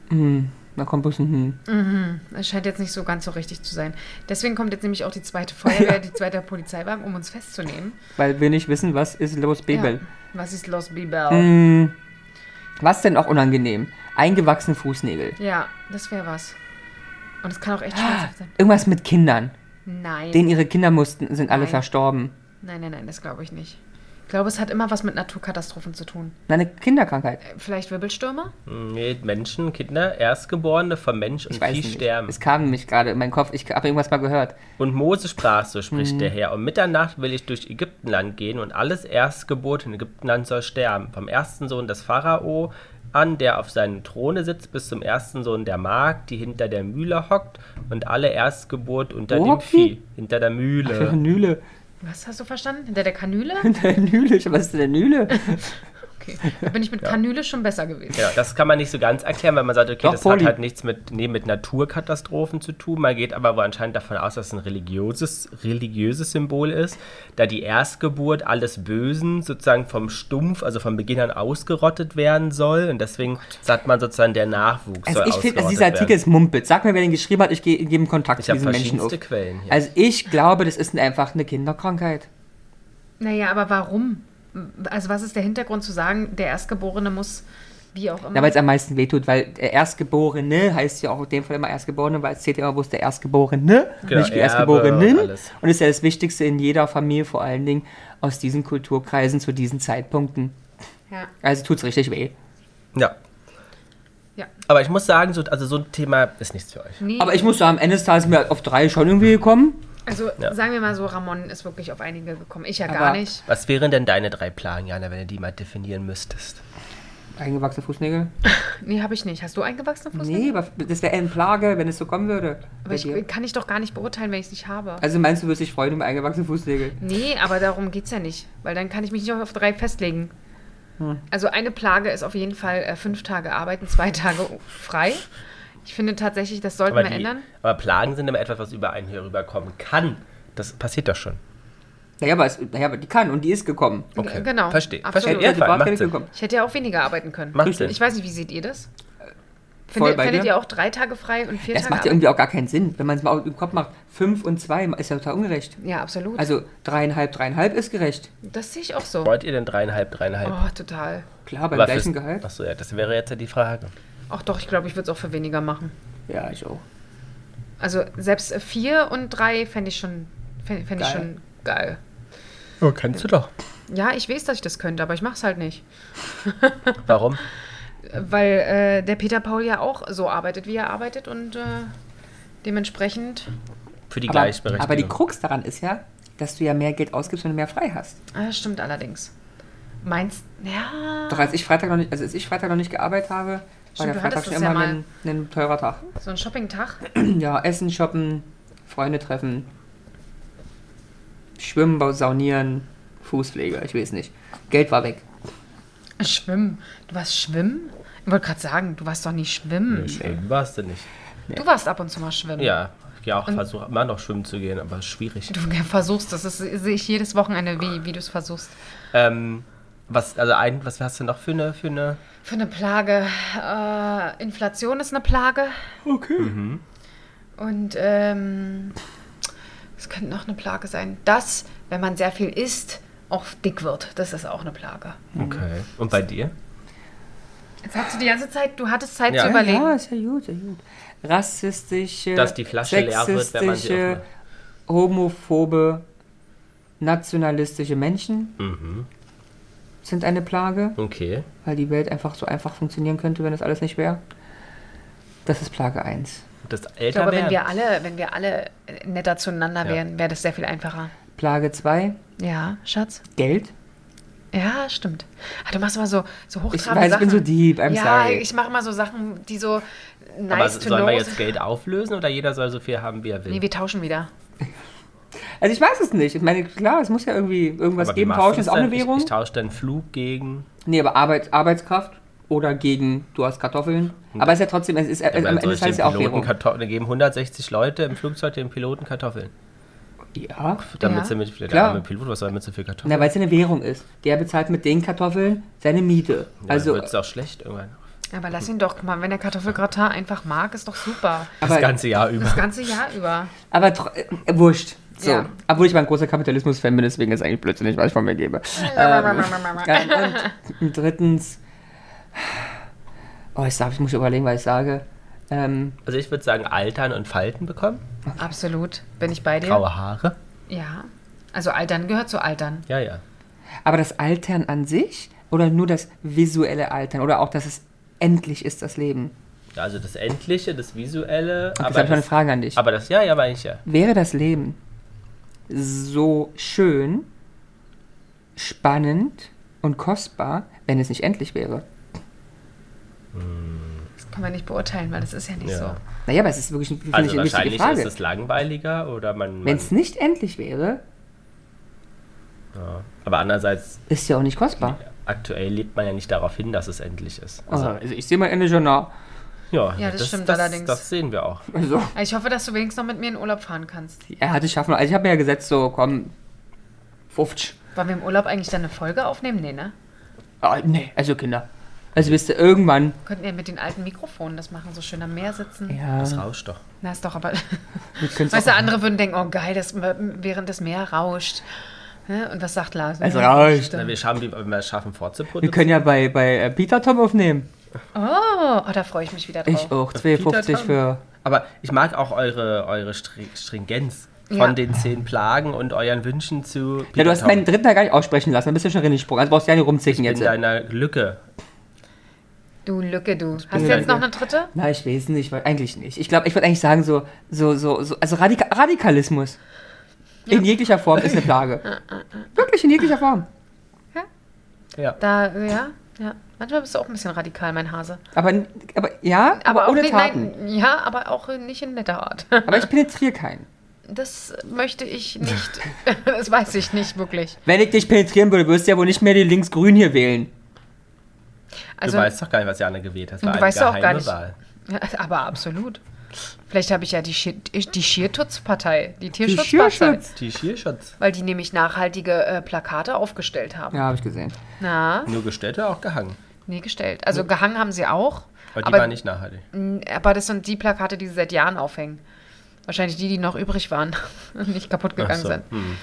Speaker 2: Hm, da kommt ein bisschen. Hm.
Speaker 1: Das scheint jetzt nicht so ganz so richtig zu sein. Deswegen kommt jetzt nämlich auch die zweite Feuerwehr, die zweite Polizeiwagen, um uns festzunehmen.
Speaker 2: Weil wir nicht wissen, was ist los, Bebel.
Speaker 1: Ja. Was ist los, Bibel?
Speaker 2: Hm, was denn auch unangenehm? Eingewachsene Fußnägel.
Speaker 1: Ja, das wäre was. Und es kann auch echt
Speaker 2: Ah.
Speaker 1: schmerzhaft sein.
Speaker 2: Irgendwas mit Kindern.
Speaker 1: Nein.
Speaker 2: Denen ihre Kinder mussten, sind alle
Speaker 1: Nein.
Speaker 2: verstorben.
Speaker 1: nein, nein, nein, das glaube ich nicht. Ich glaube, es hat immer was mit Naturkatastrophen zu tun.
Speaker 2: Na, Eine Kinderkrankheit.
Speaker 1: Äh, Vielleicht Wirbelstürme?
Speaker 3: Hm, Nee, Menschen, Kinder, Erstgeborene von Mensch und
Speaker 2: Ich weiß
Speaker 3: Vieh
Speaker 2: nicht.
Speaker 3: sterben.
Speaker 2: Es kam nämlich gerade in meinen Kopf. Ich habe irgendwas mal gehört.
Speaker 3: Und Mose sprach, so spricht
Speaker 2: Hm.
Speaker 3: der Herr, um Mitternacht will ich durch Ägyptenland gehen und alles Erstgebot in Ägyptenland soll sterben, vom ersten Sohn des Pharao an, der auf seinem Throne sitzt, bis zum ersten Sohn der Magd, die hinter der Mühle hockt und alle Erstgeburt unter
Speaker 2: Wo
Speaker 3: dem
Speaker 2: hockt die?
Speaker 3: Vieh, hinter der
Speaker 2: Ihre
Speaker 3: Mühle.
Speaker 2: Nüle.
Speaker 1: Was hast du verstanden? Hinter der Kanüle?
Speaker 2: Der Nüle. Ich- Was ist denn der Nüle?
Speaker 1: Okay. Da bin ich mit Kanüle schon besser gewesen.
Speaker 3: Ja, Genau, das kann man nicht so ganz erklären, weil man sagt, okay,
Speaker 2: Doch,
Speaker 3: das
Speaker 2: Poli.
Speaker 3: hat halt nichts mit, nee, mit Naturkatastrophen zu tun. Man geht aber wohl anscheinend davon aus, dass es ein religiöses, religiöses Symbol ist, da die Erstgeburt alles Bösen sozusagen vom Stumpf, also vom Beginn an ausgerottet werden soll. Und deswegen sagt man sozusagen, der Nachwuchs
Speaker 2: Oh Also
Speaker 3: soll
Speaker 2: ich
Speaker 3: ausgerottet
Speaker 2: finde, also dieser Artikel
Speaker 3: werden.
Speaker 2: ist Mumpitz. Sag mir, wer den geschrieben hat, ich gehe gebe einen Kontakt
Speaker 3: Ich
Speaker 2: zu
Speaker 3: habe
Speaker 2: diesen Menschen auf.
Speaker 3: verschiedenste Quellen hier.
Speaker 2: Also ich glaube, das ist einfach eine Kinderkrankheit.
Speaker 1: Naja, aber warum? Also was ist der Hintergrund zu sagen, der Erstgeborene muss, wie auch
Speaker 2: Na, weil
Speaker 1: immer.
Speaker 2: es am meisten wehtut, weil der Erstgeborene heißt ja auch in dem Fall immer Erstgeborene, weil es zählt ja immer bloß der Erstgeborene,
Speaker 3: Genau,
Speaker 2: nicht die
Speaker 3: Erbe und
Speaker 2: Erstgeborenen. Und,
Speaker 3: alles.
Speaker 2: ist ja das Wichtigste in jeder Familie, vor allen Dingen aus diesen Kulturkreisen zu diesen Zeitpunkten.
Speaker 1: Ja.
Speaker 2: Also tut's richtig weh.
Speaker 3: ja.
Speaker 1: Ja.
Speaker 3: Aber ich muss sagen, so, also so ein Thema ist nichts für euch.
Speaker 1: Nee.
Speaker 2: Aber ich muss sagen, am Ende des Tages sind wir auf drei schon irgendwie gekommen.
Speaker 1: Also
Speaker 3: Ja.
Speaker 1: sagen wir mal so, Ramon ist wirklich auf einige gekommen. Ich ja gar
Speaker 2: Aber-
Speaker 1: nicht.
Speaker 3: Was wären denn deine drei Plagen, Jana, wenn du die mal definieren müsstest?
Speaker 2: Eingewachsene Fußnägel?
Speaker 1: Nee, habe ich nicht. Hast du eingewachsene Fußnägel?
Speaker 2: Nee, aber das wäre eine Plage, wenn es so kommen würde.
Speaker 1: Aber
Speaker 2: bei
Speaker 1: ich
Speaker 2: dir.
Speaker 1: kann ich doch gar nicht beurteilen, wenn ich es nicht habe.
Speaker 2: Also meinst du, wirst dich freuen über eingewachsene Fußnägel?
Speaker 1: Nee, aber darum geht's ja nicht, weil dann kann ich mich nicht auf drei festlegen.
Speaker 2: Hm.
Speaker 1: Also eine Plage ist auf jeden Fall äh, fünf Tage arbeiten, zwei Tage frei. Ich finde tatsächlich, das sollten
Speaker 3: Aber,
Speaker 1: wir
Speaker 3: die,
Speaker 1: ändern.
Speaker 3: aber Plagen sind immer etwas, was über einen hier rüberkommen kann. Das passiert doch schon.
Speaker 2: Naja, aber, es, naja, aber die kann und die ist gekommen.
Speaker 1: G- genau.
Speaker 3: Verstehe.
Speaker 1: Absolut.
Speaker 3: Verstehe.
Speaker 2: Ja, die
Speaker 3: Fall.
Speaker 2: war
Speaker 3: Macht
Speaker 2: gar nicht
Speaker 3: Sinn.
Speaker 2: gekommen.
Speaker 1: Ich hätte ja auch weniger arbeiten können.
Speaker 3: Macht Sinn.
Speaker 1: Ich weiß nicht, wie seht ihr das?
Speaker 2: voll
Speaker 1: Findet,
Speaker 2: bei
Speaker 1: findet
Speaker 2: dir.
Speaker 1: ihr auch drei Tage frei und vier
Speaker 2: Das
Speaker 1: Tage
Speaker 2: macht ja irgendwie auch gar keinen Sinn, wenn man es mal im Kopf macht. Fünf und zwei ist ja total ungerecht.
Speaker 1: Ja, absolut.
Speaker 2: Also dreieinhalb, dreieinhalb ist gerecht.
Speaker 1: das sehe ich auch so.
Speaker 3: Wollt ihr denn dreieinhalb, dreieinhalb?
Speaker 1: Oh, total.
Speaker 2: Klar, beim
Speaker 3: Aber
Speaker 2: gleichen
Speaker 3: fürs-
Speaker 2: Gehalt.
Speaker 3: Achso, ja, das wäre jetzt ja die Frage.
Speaker 1: Ach doch, ich glaube, ich würde es auch für weniger machen.
Speaker 2: Ja, ich auch.
Speaker 1: Also selbst äh, vier und drei fände ich schon, fänd, fänd ich
Speaker 2: Geil.
Speaker 1: schon geil.
Speaker 3: Oh, kannst du doch.
Speaker 1: Ja, ich weiß, dass ich das könnte, aber ich mach's halt nicht.
Speaker 3: Warum?
Speaker 1: Weil äh, der Peter Paul ja auch so arbeitet, wie er arbeitet und äh, dementsprechend.
Speaker 3: Für die
Speaker 2: Aber,
Speaker 3: Gleichberechtigung.
Speaker 2: aber die Krux daran ist ja, dass du ja mehr Geld ausgibst, wenn du mehr frei hast.
Speaker 1: Ah, das stimmt allerdings. Meinst ja,
Speaker 2: Doch als ich Freitag noch nicht, also als ich Freitag noch nicht gearbeitet habe, war
Speaker 1: Ah. Stimmt,
Speaker 2: der
Speaker 1: du
Speaker 2: Freitag
Speaker 1: hattest
Speaker 2: schon
Speaker 1: das
Speaker 2: immer
Speaker 1: ja mal.
Speaker 2: ein, ein teurer Tag.
Speaker 1: so ein Shopping-Tag?
Speaker 2: Ja, Essen, Shoppen, Freunde treffen, Schwimmen, Bau- Saunieren, Fußpflege, ich weiß nicht. Geld war weg.
Speaker 1: Schwimmen. Du warst schwimmen? Ich wollte gerade sagen, du warst doch nie schwimmen.
Speaker 3: Schwimmen warst du nicht.
Speaker 1: Du warst ab und zu mal schwimmen.
Speaker 3: Ja, ich ja auch versuche immer noch schwimmen zu gehen, aber es ist schwierig.
Speaker 1: Du versuchst, das ist, sehe ich jedes Wochenende, wie, wie du es versuchst.
Speaker 3: Ähm, was, also ein, was hast du noch für eine, für eine?
Speaker 1: Für eine Plage. Äh, Inflation ist eine Plage.
Speaker 2: Okay.
Speaker 3: Mhm.
Speaker 1: Und ähm, es könnte noch eine Plage sein, dass, wenn man sehr viel isst, auch dick wird. Das ist auch eine Plage.
Speaker 3: Okay. Und bei dir?
Speaker 1: Jetzt hast du die ganze Zeit, du hattest Zeit
Speaker 3: Ja.
Speaker 1: zu überlegen.
Speaker 2: Ja, ist ja gut, sehr gut. Rassistische,
Speaker 3: Dass die Flasche leer wird, wenn man sie
Speaker 2: sexistische,
Speaker 3: öffnet.
Speaker 2: homophobe, nationalistische Menschen
Speaker 3: Mhm.
Speaker 2: sind eine Plage,
Speaker 3: Okay.
Speaker 2: weil die Welt einfach so einfach funktionieren könnte, wenn das alles nicht wäre. Das ist Plage 1.
Speaker 3: Das
Speaker 1: Ich
Speaker 3: älter
Speaker 1: glaube, wenn
Speaker 3: werden.
Speaker 1: wir alle, wenn wir alle äh, netter zueinander
Speaker 3: Ja.
Speaker 1: wären, wäre das sehr viel einfacher.
Speaker 2: Plage 2,
Speaker 1: Ja, Schatz.
Speaker 2: Geld.
Speaker 1: Ja, stimmt. Ah, du machst immer so, so
Speaker 2: Ich
Speaker 1: hochtrabende
Speaker 2: weiß, ich
Speaker 1: Sachen.
Speaker 2: bin so deep, I'm
Speaker 1: ja,
Speaker 2: sorry.
Speaker 1: ich mache immer so Sachen, die so nice
Speaker 3: aber
Speaker 1: to
Speaker 3: sollen
Speaker 1: know
Speaker 3: wir
Speaker 1: sind.
Speaker 3: jetzt Geld auflösen oder jeder soll so viel haben, wie er will?
Speaker 1: Nee, wir tauschen wieder.
Speaker 2: Also ich weiß es nicht. Ich meine, klar, es muss ja irgendwie irgendwas
Speaker 3: aber wie
Speaker 2: geben.
Speaker 3: machst du
Speaker 2: Tauschen
Speaker 3: das
Speaker 2: ist auch
Speaker 3: denn?
Speaker 2: eine Währung.
Speaker 3: Ich, ich tausche dann Flug gegen
Speaker 2: Nee, aber Arbeit, Arbeitskraft oder gegen du hast Kartoffeln. Aber es ist ja trotzdem, es ist äh, am Ende ist es ja auch
Speaker 3: Piloten
Speaker 2: Währung.
Speaker 3: Kartoffeln geben 160 Leute im Flugzeug dem Piloten Kartoffeln.
Speaker 2: Ja,
Speaker 3: Damit
Speaker 1: Ja.
Speaker 3: sie mit der
Speaker 2: Klar.
Speaker 3: arme Pilot, was soll mit so viel Kartoffeln?
Speaker 2: na, weil es ja eine Währung ist. Der bezahlt mit den Kartoffeln seine Miete.
Speaker 3: also
Speaker 2: Also,
Speaker 3: wird es auch schlecht irgendwann.
Speaker 1: Aber lass ihn doch, guck mal, wenn der Kartoffelgratin einfach mag, ist doch super.
Speaker 3: Das
Speaker 2: aber,
Speaker 3: ganze Jahr
Speaker 1: Das
Speaker 3: über.
Speaker 1: ganze Jahr über.
Speaker 2: aber tro- äh, äh, wurscht. So.
Speaker 1: Ja.
Speaker 2: Obwohl ich mal ein großer Kapitalismus-Fan bin, deswegen ist eigentlich blödsinnig, was ich von mir gebe. ähm, ja, und drittens, oh, ich, sag, ich muss überlegen, was ich sage. Ähm,
Speaker 3: Also ich würde sagen, altern und Falten bekommen.
Speaker 1: Absolut. Bin ich bei dir?
Speaker 3: Graue Haare.
Speaker 1: Ja. Also Altern gehört zu Altern.
Speaker 3: Ja, ja.
Speaker 2: Aber das Altern an sich oder nur das visuelle Altern oder auch, dass es endlich ist, das Leben?
Speaker 3: Ja, Also das Endliche, das Visuelle.
Speaker 2: Aber das habe ich mal eine
Speaker 3: das,
Speaker 2: Frage an dich.
Speaker 3: aber das, ja, ja, meine ich ja.
Speaker 2: Wäre das Leben so schön, spannend und kostbar, wenn es nicht endlich wäre?
Speaker 1: Das können wir nicht beurteilen, weil das ist ja nicht
Speaker 3: Ja.
Speaker 1: so.
Speaker 2: Naja, aber es ist wirklich finde
Speaker 3: Also
Speaker 2: ich, eine wichtige
Speaker 3: wahrscheinlich
Speaker 2: Frage.
Speaker 3: ist es langweiliger oder man.
Speaker 2: wenn
Speaker 3: man
Speaker 2: es nicht endlich wäre,
Speaker 3: ja. Aber andererseits,
Speaker 2: ist ja auch nicht kostbar.
Speaker 3: aktuell lebt man ja nicht darauf hin, dass es endlich ist.
Speaker 2: Also, also ich sehe mein Ende schon nah.
Speaker 3: Ja,
Speaker 1: Ja, das stimmt
Speaker 3: das,
Speaker 1: allerdings.
Speaker 3: Das sehen wir auch.
Speaker 2: Also,
Speaker 1: Ich hoffe, dass du wenigstens noch mit mir in Urlaub fahren kannst.
Speaker 2: er hatte schaffen. Also ich habe mir ja gesetzt, so komm, 50.
Speaker 1: Wollen wir im Urlaub eigentlich dann eine Folge aufnehmen? Nee, ne?
Speaker 2: Ah, nee, also Kinder. Also bist du irgendwann.
Speaker 1: Könnten wir mit den alten Mikrofonen das machen, so schön am Meer sitzen.
Speaker 2: Ja,
Speaker 3: Das rauscht doch.
Speaker 1: Na, ist doch aber.
Speaker 2: wir können's
Speaker 1: Weißt du,
Speaker 2: auch-
Speaker 1: andere würden denken, oh geil, das, während das Meer rauscht. Ne? Und was sagt Lars?
Speaker 2: Es rauscht.
Speaker 3: Na, wir schaffen, wenn wir es schaffen,
Speaker 2: Wir
Speaker 3: vorzuproduzieren.
Speaker 2: können ja bei, bei äh, Peter Tom aufnehmen.
Speaker 1: Oh, oh, da freue ich mich wieder drauf.
Speaker 2: Ich auch. 2,50
Speaker 3: Tom?
Speaker 2: für.
Speaker 3: Aber ich mag auch eure, eure Stri- Stringenz von
Speaker 1: Ja.
Speaker 3: den zehn Plagen und euren Wünschen zu.
Speaker 2: Ja,
Speaker 3: Peter
Speaker 2: du hast
Speaker 3: Tom.
Speaker 2: meinen dritten da gar nicht aussprechen lassen. Dann bist du schon reingesprungen. Also brauchst du ja nicht rumzicken
Speaker 3: in
Speaker 2: jetzt.
Speaker 3: deiner Lücke.
Speaker 1: Du Lücke, du. Hast du
Speaker 2: ja
Speaker 1: jetzt noch eine dritte?
Speaker 2: Na, ich weiß nicht. Weil, eigentlich nicht. Ich glaube, ich würde eigentlich sagen, so, so, so, so also Radika Radikalismus. In jeglicher Form ist eine Plage. Wirklich in jeglicher Form.
Speaker 3: Ja.
Speaker 1: Da, äh, ja, ja. Manchmal bist du auch ein bisschen radikal, mein Hase.
Speaker 2: Aber, aber ja, aber,
Speaker 1: auch
Speaker 2: ohne
Speaker 1: nicht,
Speaker 2: Taten.
Speaker 1: Nein, ja, aber auch nicht in netter Art.
Speaker 2: Aber ich penetriere keinen.
Speaker 1: Das möchte ich nicht. Das weiß ich nicht wirklich.
Speaker 2: Wenn ich dich penetrieren würde, würdest du ja wohl nicht mehr die Linksgrün hier wählen.
Speaker 1: Also,
Speaker 3: du weißt doch gar nicht, was Jana gewählt hat. Das
Speaker 1: Du
Speaker 3: war eine
Speaker 1: weißt doch auch
Speaker 3: geheime
Speaker 1: gar nicht.
Speaker 3: Wahl.
Speaker 1: ja, aber absolut. Vielleicht habe ich ja die, Schier, die Schiertutz-Partei, die
Speaker 2: Die
Speaker 1: Tierschutzpartei.
Speaker 2: Schürschutz.
Speaker 3: Die Schierschutz.
Speaker 1: Weil die nämlich nachhaltige äh, Plakate aufgestellt haben.
Speaker 2: Ja, habe ich gesehen.
Speaker 1: Na,
Speaker 3: Nur gestellt oder auch gehangen?
Speaker 1: nie gestellt. Also gehangen haben sie auch.
Speaker 3: Hm. Aber die
Speaker 1: aber,
Speaker 3: war nicht nachhaltig.
Speaker 1: aber das sind die Plakate, die sie seit Jahren aufhängen. Wahrscheinlich die, die noch übrig waren und nicht kaputt
Speaker 3: Ach
Speaker 1: gegangen
Speaker 3: so.
Speaker 1: sind.
Speaker 3: Hm.